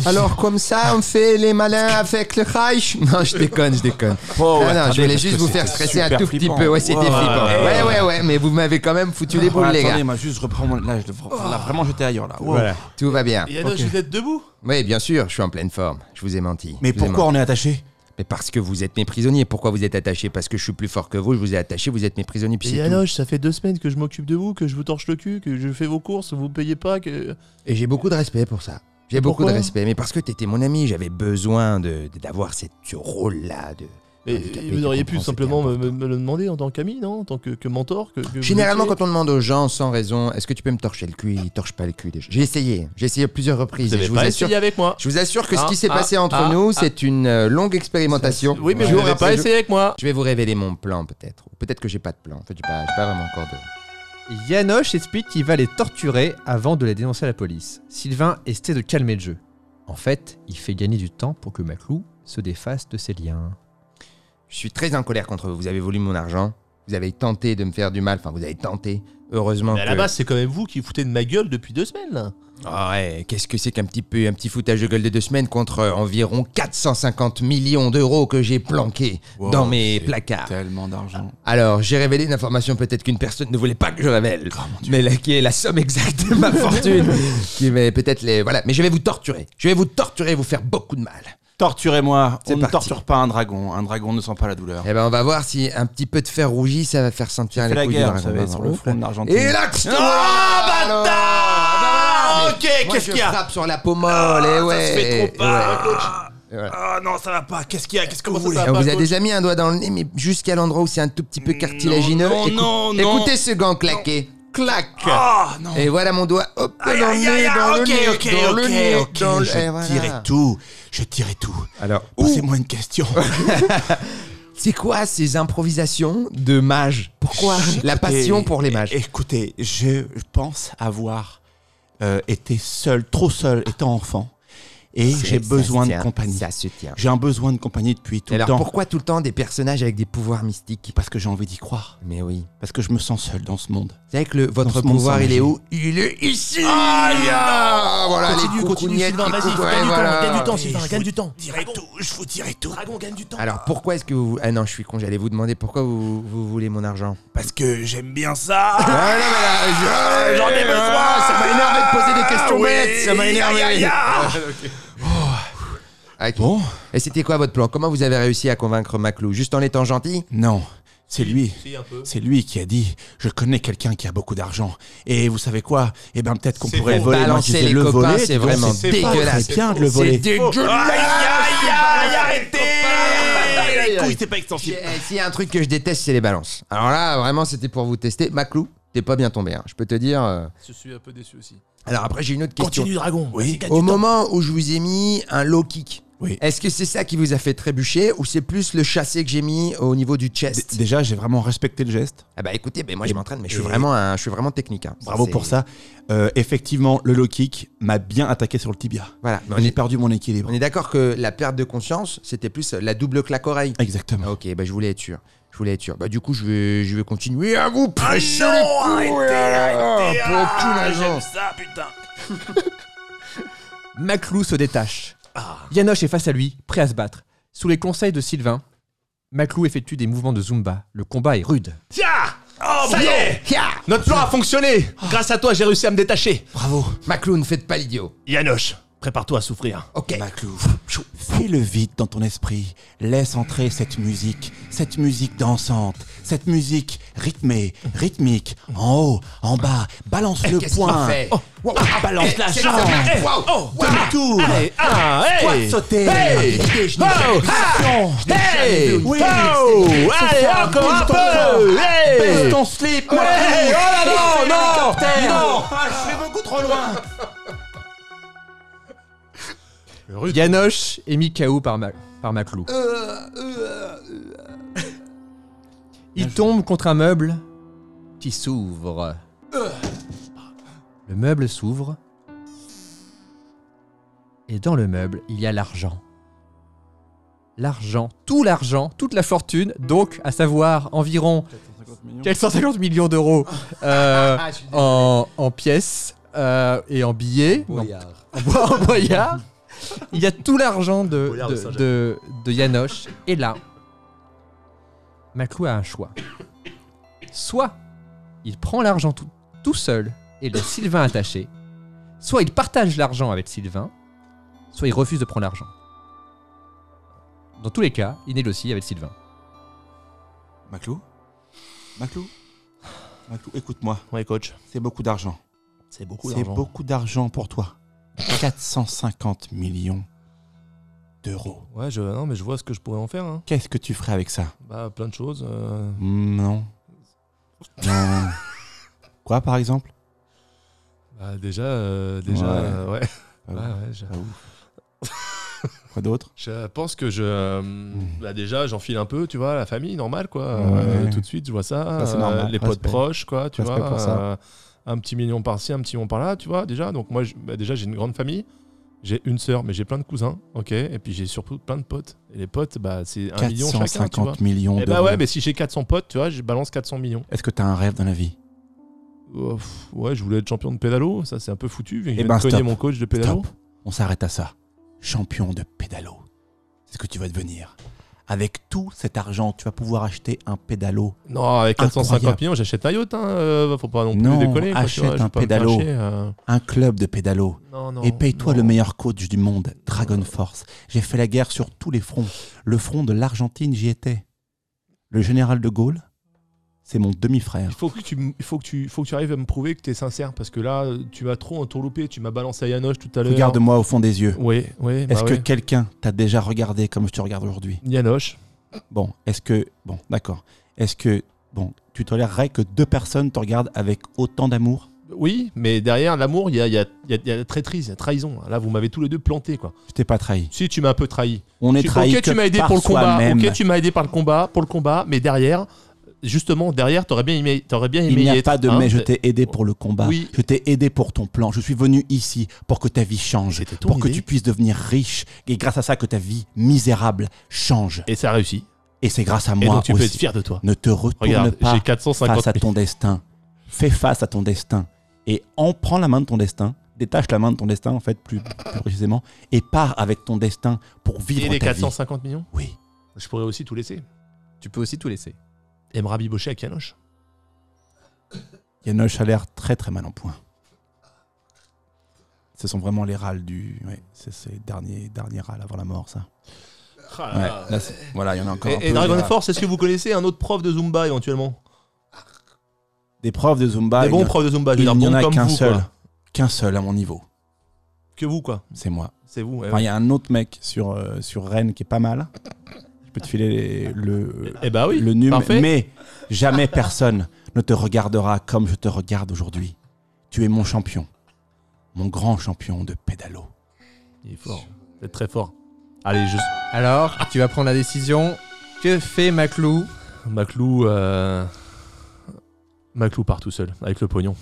Alors, comme ça, on fait les malins avec le Reich Non, je déconne, je déconne. Oh, Ah non, non, attendez, je voulais parce juste que vous faire c'était stresser un super tout flippant. petit peu. Ouais, c'était Wow. flippant. Ouais, ouais, ouais, mais vous m'avez quand même foutu les boules, Ah, les gars. Ah. Attendez, moi juste reprends mon... Là, je... devrais- là, vraiment j'étais ailleurs là. Wow. Tout va bien. Yanoche, vous êtes debout Oui, bien sûr, je suis en pleine forme. Je vous ai menti. Mais Je vous ai pourquoi on est attaché menti. Mais parce que vous êtes mes prisonniers. Pourquoi vous êtes attachés Parce que je suis plus fort que vous, je vous ai attaché, vous êtes mes prisonniers. Puis Et c'est tout. Yanoche, ça fait deux semaines que je m'occupe de vous, que je vous torche le cul, que je fais vos courses, vous payez pas, que. Et j'ai beaucoup de respect pour ça. J'ai beaucoup de Pourquoi respect. Mais parce que t'étais mon ami, j'avais besoin de- de- d'avoir cette- ce rôle-là. De... Mais Handicapé, vous auriez pu comprends, simplement c'était me, me- me le demander en tant qu'ami, non En tant que, que mentor que, que vous Généralement, étiez. quand on demande aux gens sans raison, est-ce que tu peux me torcher le cul Ils torchent pas le cul. déjà. J'ai essayé. J'ai essayé à plusieurs reprises. Vous Et avez je vous pas assure essayé avec moi. Je vous assure que ce Ah, qui s'est ah, passé entre ah, nous, ah. c'est une euh, longue expérimentation. Oui, mais Je vous vous n'avez pas rappelle- essayé avec moi. Je vais vous révéler mon plan, peut-être. Ou peut-être que j'ai pas de plan. En fait, j'ai pas, j'ai pas vraiment encore de. Yanoche explique qu'il va les torturer avant de les dénoncer à la police. Sylvain essaie de calmer le jeu. En fait, il fait gagner du temps pour que Maclou se défasse de ses liens. Je suis très en colère contre vous. Vous avez voulu mon argent. Vous avez tenté de me faire du mal. Enfin, vous avez tenté. Heureusement Mais à que. la base, c'est quand même vous qui foutez de ma gueule depuis deux semaines là. Ah ouais, qu'est-ce que c'est qu'un petit peu, un petit foutage de gueule de deux semaines contre euh, environ 450 millions d'euros que j'ai planqués Wow, dans mes c'est placards. Ah, Tellement d'argent. Alors, j'ai révélé une information peut-être qu'une personne ne voulait pas que je révèle, Oh mais la, qui est la somme exacte de (laughs) ma fortune. qui mais peut-être les voilà. Mais je vais vous torturer. Je vais vous torturer, et vous faire beaucoup de mal. Torturez-moi. C'est On ne parti. torture pas un dragon. Un dragon ne sent pas la douleur. Eh ben, on va voir si un petit peu de fer rougi, ça va faire sentir Fais les la couilles guerre, du vous savez, dragon. sur le front de l'Argentine. Ah, bah, Et Ah, là, que je te vois bâtard Ah, Alors, ben voilà, Ok, mais moi, Eh, qu'est-ce je Ah, qu'il y a Oh, frappe sur la pommole, et ouais. et ouais. Et voilà. Ah non, ça va pas. Qu'est-ce qu'il y a Qu'est-ce que vous ça, voulez ça On va, vous a coach déjà mis un doigt dans le nez, mais jusqu'à l'endroit où c'est un tout petit peu cartilagineux. Mm, non, Écoute- non, non. Écoutez ce gant claqué. Clac Ah non. Et voilà mon doigt, hop, Aïe, dans le aïe, nez, aïe, dans le Ah, ok, nez, ok, dans le ok, nez, ok, dans le- je eh, voilà. tirais tout, je tirais tout. Alors, Posez-moi une question. c'est quoi ces improvisations de mages Pourquoi la passion Écoutez, pour les mages Écoutez, je pense avoir euh, été seul, trop seul, étant enfant, et C'est- j'ai ça besoin se de tient, compagnie. Ça se tient. J'ai un besoin de compagnie depuis tout Alors le temps. pourquoi tout le temps des personnages avec des pouvoirs mystiques Parce que j'ai envie d'y croire. Mais oui. Parce que je me sens seul dans ce monde. Vous savez que le- votre ce monde pouvoir sans il est magie. où Il est ici Ah, Voilà, les coucougnettes qui coucou- ouais, voilà. Sylvain, gagne du temps. Direz tout, je vous dirai tout. Dragon gagne du temps. Alors pourquoi est-ce que vous... Ah non, je suis con, j'allais vous demander pourquoi vous, vous voulez mon argent. Parce que j'aime bien ça. Ah non, mais là, je- J'en ai besoin, ça posé des questions oui, bêtes, ça m'a énervé. ya, ya, ya. Ok. Bon, Et c'était quoi votre plan Comment vous avez réussi à convaincre Maclou Juste en étant gentil non, c'est lui. Si, un peu. C'est lui qui a dit Je connais quelqu'un qui a beaucoup d'argent. Et vous savez quoi Eh ben peut-être qu'on C'est pourrait faux. voler. Moi, je Balancer disais, les le copains, voler, c'est tu vois, vraiment c'est pas dégueulasse. très bien de le C'est voler. dégueulasse. aïe, aïe, arrêtez Les couilles, t'es pas J'ai- extensible. eh, S'il y a un truc que je déteste, c'est les balances. Alors là, vraiment, c'était pour vous tester. Maclou, t'es pas bien tombé, hein. je peux te dire. euh. Je suis un peu déçu aussi. Alors après, j'ai une autre question. Dragon. Oui, Au moment où je vous ai mis un low kick, Ah, Oui. est-ce que c'est ça qui vous a fait trébucher ou c'est plus le chassé que j'ai mis au niveau du chest D- déjà, j'ai vraiment respecté le geste. Ah bah écoutez, ben moi je m'entraîne, mais je suis Et- vraiment, un- je suis vraiment technique. hein. Bravo c'est- pour ça. Euh, effectivement, le low kick m'a bien attaqué sur le tibia. Voilà, mais on J'ai est, perdu mon équilibre. on est d'accord que la perte de conscience, c'était plus la double claque oreille. Exactement. Ah, Ok, bah je voulais être sûr. Je voulais être sûr. Bah du coup, je vais, je vais continuer à vous prêcher non, les couilles, arrêtez, alors, arrêtez, pour tout l'argent. Maclou se détache. Ah. Yanoche est face à lui, prêt à se battre. Sous les conseils de Sylvain, Maclou effectue des mouvements de Zumba. Le combat est rude. Tiens Oh, ça y est Notre plan a fonctionné Grâce à toi, j'ai réussi à me détacher. Bravo. Maclou, ne faites pas l'idiot. Yanoche, prépare-toi à souffrir. Ok. Maclou, fais le vide dans ton esprit. Laisse entrer cette musique, cette musique dansante, cette musique rythmée, rythmique, en haut, en bas. Balance le Qu'est-ce point. qu'il fait Oh, balance la c'est jambe. que ça. Eh, Wow. oh, Demi-tour. Ah, Quoi hey sauter Ah, Hey Idée, je n'ai Oh, jamais vu. Attention. Hey Oui, Oh, Allez, encore un peu Hey Baisse ton slip, Ouais. Maclou. Oh là là, non Non, Ah, je vais beaucoup trop loin. Yanoche est mis KO par, Ma- par Maclou. Euh, Il tombe contre un meuble qui s'ouvre. Euh. Le meuble s'ouvre. Et dans le meuble, il y a l'argent. L'argent, tout l'argent, toute la fortune, donc à savoir environ 450 millions d'euros euh, (laughs) Ah, je suis désolé. en, en pièces euh, et en billets, en bois en (laughs) boyard. Il y a tout l'argent de, Boyard de de, Saint-Jacques. de, de Yanoche. Et là, Maclou a un choix. Soit il prend l'argent tout, tout seul et laisse Sylvain attaché. Soit il partage l'argent avec Sylvain. Soit il refuse de prendre l'argent. Dans tous les cas, il négocie avec Sylvain. Maclou Maclou Maclou, écoute-moi, Ouais, coach. c'est beaucoup d'argent. C'est C'est beaucoup d'argent pour toi. 450 millions d'euros. Ouais, je, non, mais je vois ce que je pourrais en faire. Hein. Qu'est-ce que tu ferais avec ça Bah, plein de choses. euh. Mm, Non. Non. Quoi, par exemple Bah, déjà, euh, déjà, Ouais. euh, ouais. Pas Ouais, ouf, ouais, je, pas ouf. Quoi d'autre je pense que je. euh, Bah, déjà, j'enfile un peu, tu vois, la famille, normal, quoi. Euh, Mmh. Ouais. tout de suite, je vois ça. c'est euh, normal, les potes respect. proches, quoi, tu Respect vois. pour ça. euh, un petit million par-ci, un petit million par-là, tu vois, déjà. Donc, moi, je- bah, déjà, j'ai une grande famille. J'ai une sœur, mais j'ai plein de cousins, ok. Et puis, j'ai surtout plein de potes. Et les potes, bah, c'est un million chacun, tu vois. 450 millions Et d'euros. bah ouais, mais si j'ai 400 potes, tu vois, je balance 400 millions. Est-ce que t'as un rêve dans la vie Oh, pff, ouais, je voulais être champion de pédalo, ça c'est un peu foutu, vu que Eh je viens ben, de cogner stop. mon coach de pédalo. Stop. On s'arrête à ça. Champion de pédalo. C'est ce que tu vas devenir. Avec tout cet argent, tu vas pouvoir acheter un pédalo. Non, avec 450 Incroyable. millions, j'achète un yacht, hein, euh, faut pas non plus Non, déconner. quoi, tu achète vois, je vais un pas me faire pédalo. chier, euh. Un club de pédalo. Non, non, Et paye-toi non. le meilleur coach du monde, Dragon Force. J'ai fait la guerre sur tous les fronts. Le front de l'Argentine, j'y étais. Le général de Gaulle, c'est mon Il demi-frère. faut que tu, m- il faut que tu, faut que tu arrives à me prouver que t'es sincère, parce que là, tu m'as trop entourloupé, tu m'as balancé à Yanoche tout à l'heure. Regarde-moi au fond des yeux. Oui, oui. bah Est-ce que ouais. quelqu'un t'a déjà regardé comme je te regarde aujourd'hui Yanoche, Bon, est-ce que. Bon, d'accord. Est-ce que. Bon, tu tolérerais que deux personnes te regardent avec autant d'amour oui, mais derrière l'amour, il y a, il y, a, il y a- il y a la traîtrise, il y a la trahison. Là, vous m'avez tous les deux planté, quoi. Je t'ai pas trahi. Si, tu m'as un peu trahi. On est Tu- trahi ok, que tu m'as aidé par pour le combat. soi-même. Ok, tu m'as aidé par le combat, pour le combat, mais derrière, justement, derrière, t'aurais bien aimé, t'aurais bien aimé. Il n'y y a être, pas de hein. mais. Je t'ai aidé pour le combat. Oui. Je t'ai aidé pour ton plan. Je suis venu ici pour que ta vie change, C'était ton pour que idée. tu puisses devenir riche et grâce à ça que ta vie misérable change. Et ça a réussi. Et c'est grâce à Et moi donc tu peux aussi. être fier de toi. Ne te retourne Regarde, pas j'ai 450 face à 000. ton destin. Fais face à ton destin et en prends la main de ton destin. Détache la main de ton destin en fait plus, plus précisément et pars avec ton destin pour vivre Et les ta 450 millions vie. Oui. Je pourrais aussi tout laisser. Tu peux aussi tout laisser. Et me rabibocher avec Yanoche. Yanoche a l'air très très mal en point. Ce sont vraiment les râles du. ouais, c'est c'est les derniers, derniers râles avant la mort, ça. Ah Ouais, là là. là, c'est- voilà, il y en a encore. un Et, et peu, Dragon voilà. Force, est-ce que vous connaissez un autre prof de Zumba éventuellement Des profs de Zumba. Des Ah, il y en bons a- profs de Zumba, je veux Il dire, n'y en bons a comme qu'un vous. seul. quoi. Qu'un seul à mon niveau. Que vous, quoi. C'est moi. C'est vous. ouais, Enfin, ouais. il y a un autre mec sur, euh, sur Rennes qui est pas mal. Je peux te filer les- le, Eh bah oui. le numéro. parfait. Mais jamais personne ne te regardera comme je te regarde aujourd'hui. Tu es mon champion. Mon grand champion de pédalo. Il est fort. Vous êtes très fort. Allez, je... Alors, tu vas prendre la décision. Que fait Maclou Maclou. euh, Maclou part tout seul, avec le pognon.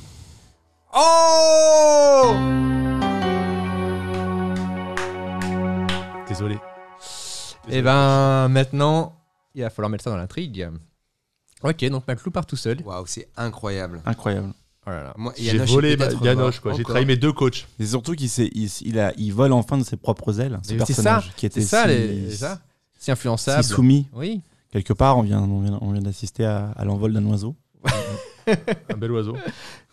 Oh Désolé. Eh ben, maintenant, il va falloir mettre ça dans l'intrigue. Ok, donc Maclou part tout seul. Waouh, c'est incroyable. Incroyable. Oh là là. Moi, J'ai Yanoche est volé peut-être ma- Yanoche, mort. quoi. J'ai Encore. trahi mes deux coachs. Et surtout qu'il s'est- il, s- il a, il vole enfin de ses propres ailes. hein, Ce Mais c'est personnage qui était C'est ça, si, les, ça C'est si influençable. soumis. Oui. Quelque part, on vient, on vient, on vient d'assister à, à l'envol d'un oiseau. Un bel oiseau.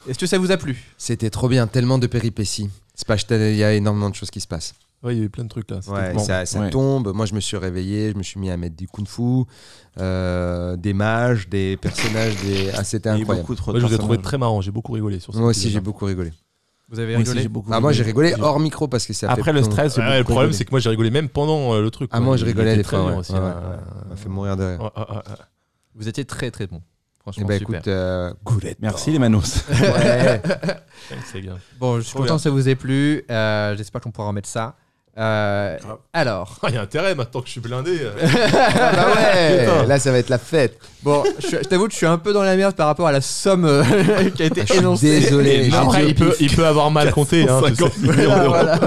Est-ce que ça vous a plu C'était trop bien, tellement de péripéties. C'est pas, je t'ai- il y a énormément de choses qui se passent. (laughs) Ouais, il y a eu plein de trucs là. c'était Ouais, bon. ça ça ouais. tombe. Moi, je me suis réveillé, je me suis mis à mettre du kung-fu, euh, des mages, des personnages, des. Ah, c'était Il y a eu incroyable. beaucoup trop de Moi, je vous ai trouvé personnages. très marrant. J'ai beaucoup rigolé sur ça. Moi aussi, j'ai beaucoup rigolé. Vous avez Moi aussi, rigolé j'ai beaucoup Ah, moi, j'ai rigolé. rigolé hors micro parce que ça. fait Après le plomb. stress, j'ai Ouais, beaucoup le problème, rigolé. c'est que moi, j'ai rigolé même pendant euh, le truc. Ah, quoi. moi, Il je rigolais était les très fois, dur ouais. aussi, Ouais, ouais. ouais, ouais. Ça m'a fait mourir de rire. Ouais, ouais, ouais. (laughs) Vous étiez très très bon. Eh Franchement, ben, super. écoute, euh, goulette. Merci les (laughs) Manos. (laughs) Ouais. C'est bien. Bon, je suis Trop content bien. que ça vous ait plu. Euh, J'espère qu'on pourra remettre ça. Euh, (laughs) alors, Ah, il y a intérêt maintenant que je suis blindé. euh. Ah bah ouais, là ça va être la fête. bon, je, suis- je t'avoue que je suis un peu dans la merde par rapport à la somme euh, (laughs) qui a Ah, été Je suis énoncée. désolé. j'ai Après, dit au il peut, pif. il peut avoir mal compté. Hein, tu sais. Voilà, voilà.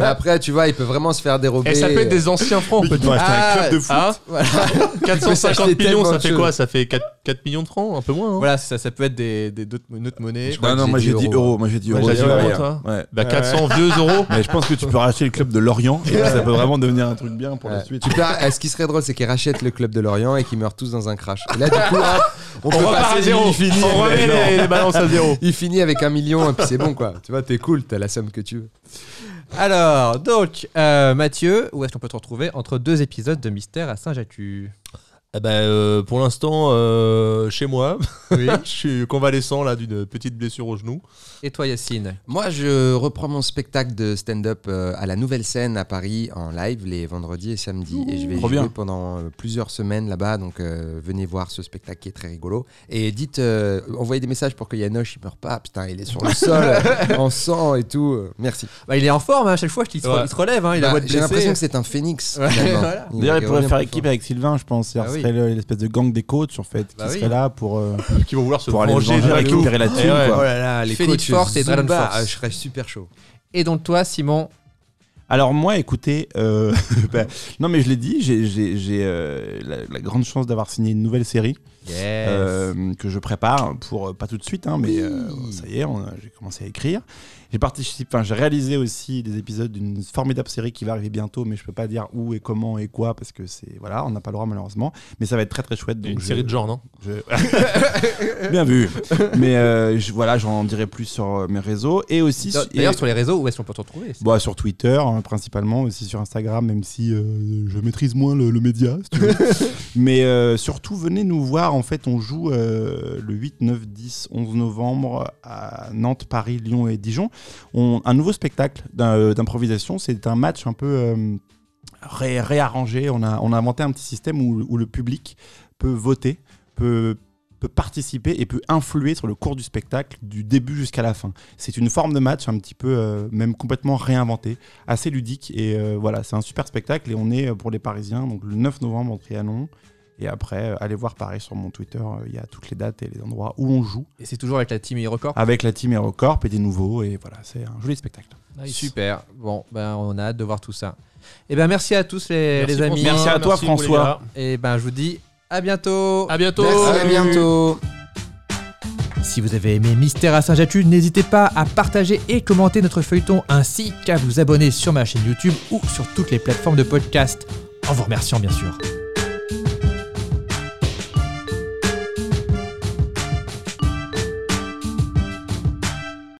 Mais après, tu vois, il peut vraiment se faire dérober. Et Eh, ça peut être des anciens francs, peut-être. Ah, Hein voilà. (laughs) 450 s'acheter millions, tellement ça de fait choses. quoi Ça fait 4, 4 millions de francs, un peu moins. hein Voilà, ça, ça peut être des, des- d'autres- une autre monnaie. hein. Je crois Non, que non, moi j'ai dit euros. euro. Moi j'ai dit Ouais, euro. t'as dit tu vois, euro, ouais. Ah, toi Ouais. Bah, 400 vieux euros. Mais je pense que tu peux racheter le club de Lorient et puis ça peut vraiment devenir un truc bien pour la Ouais. suite. Tu peux- euh, ce qui serait drôle, c'est qu'ils rachètent le club de Lorient et qu'ils meurent tous dans un crash. Et là, du coup, hop, on, On peut repart Ah, passer- à zéro. Il finit, On remet les, les balances à zéro. il finit avec un million et puis c'est bon quoi. Tu vois, t'es cool, t'as la somme que tu veux. Alors, donc, euh, Mathieu, où est-ce qu'on peut te retrouver entre deux épisodes de Mystère à Saint-Jatu Eh ben, euh, pour l'instant, euh, chez moi, (laughs) Oui. je suis convalescent là d'une petite blessure au genou. Et toi, Yacine Moi, je reprends mon spectacle de stand-up euh, à la Nouvelle Scène à Paris en live les vendredis et samedis. et je vais trop jouer bien. pendant euh, plusieurs semaines là-bas. Donc, euh, venez voir ce spectacle qui est très rigolo. Et dites, euh, envoyez des messages pour que Yanoche il meure pas. Putain, il est sur le sol euh, en sang et tout. Euh, Merci. bah, Il est en forme, hein, à chaque fois, il se, Ouais. il se relève, hein, il a Bah, voix de J'ai l'impression que blessé. c'est un phénix. Ouais, finalement. voilà. D'ailleurs, il pourrait revient faire plus équipe fort. avec Sylvain, je pense. Ah ce oui. serait le- l'espèce de gang des coachs, en fait, qui Bah oui. serait là pour, euh, Qui vont vouloir se pour aller se venger venger, avec nous. récupérer la thune. Eh ouais. quoi. Oh là là, les Phoenix coachs Force et Dragon Zumba, Force. euh, Je serais super chaud. Et donc, toi, Simon, Alors moi, écoutez, euh, (laughs) bah, non mais je l'ai dit, j'ai- j'ai j'ai, euh, la, la grande chance d'avoir signé une nouvelle série Yes. euh, que je prépare pour euh, pas tout de suite, hein, mais euh, ça y est, on a- j'ai commencé à écrire. J'ai participé, enfin j'ai réalisé aussi des épisodes d'une formidable série qui va arriver bientôt, mais je peux pas dire où et comment et quoi parce que c'est voilà, on n'a pas le droit malheureusement, mais ça va être très très chouette. Donc Une je- série de genre, non (laughs) je- Bien vu. Mais euh, je- voilà, j'en dirai plus sur euh, mes réseaux et aussi. et- d'ailleurs, sur les réseaux, où est-ce qu'on peut te retrouver Bah, sur Twitter, hein, principalement, aussi sur Instagram, même si euh, je maîtrise moins le, le média, si tu veux. Mais euh, surtout, venez nous voir. En fait, on joue euh, le 8, 9, 10, 11 novembre à Nantes, Paris, Lyon et Dijon. On, un nouveau spectacle d'un- euh, d'improvisation. C'est un match un peu euh, ré- réarrangé. On a, on a inventé un petit système où, où le public peut voter, peut peut participer et peut influer sur le cours du spectacle du début jusqu'à la fin. C'est une forme de match un petit peu, euh, même complètement réinventée, assez ludique. Et euh, voilà, c'est un super spectacle. Et on est euh, pour les Parisiens, donc le 9 novembre au Trianon. Et après, euh, allez voir pareil sur mon Twitter, euh, il y a toutes les dates et les endroits où on joue Et c'est toujours avec la team HeroCorp avec la team HeroCorp et des nouveaux. Et voilà, c'est un joli spectacle. Super. Bon, ben, on a hâte de voir tout ça. Et ben, merci à tous les, les amis. Merci à toi, pour les François. gars. Et ben, je vous dis à bientôt. À bientôt. Merci, à Salut. bientôt. Si vous avez aimé Mystère à Saint-Jatu, n'hésitez pas à partager et commenter notre feuilleton ainsi qu'à vous abonner sur ma chaîne YouTube ou sur toutes les plateformes de podcast. En vous remerciant, bien sûr.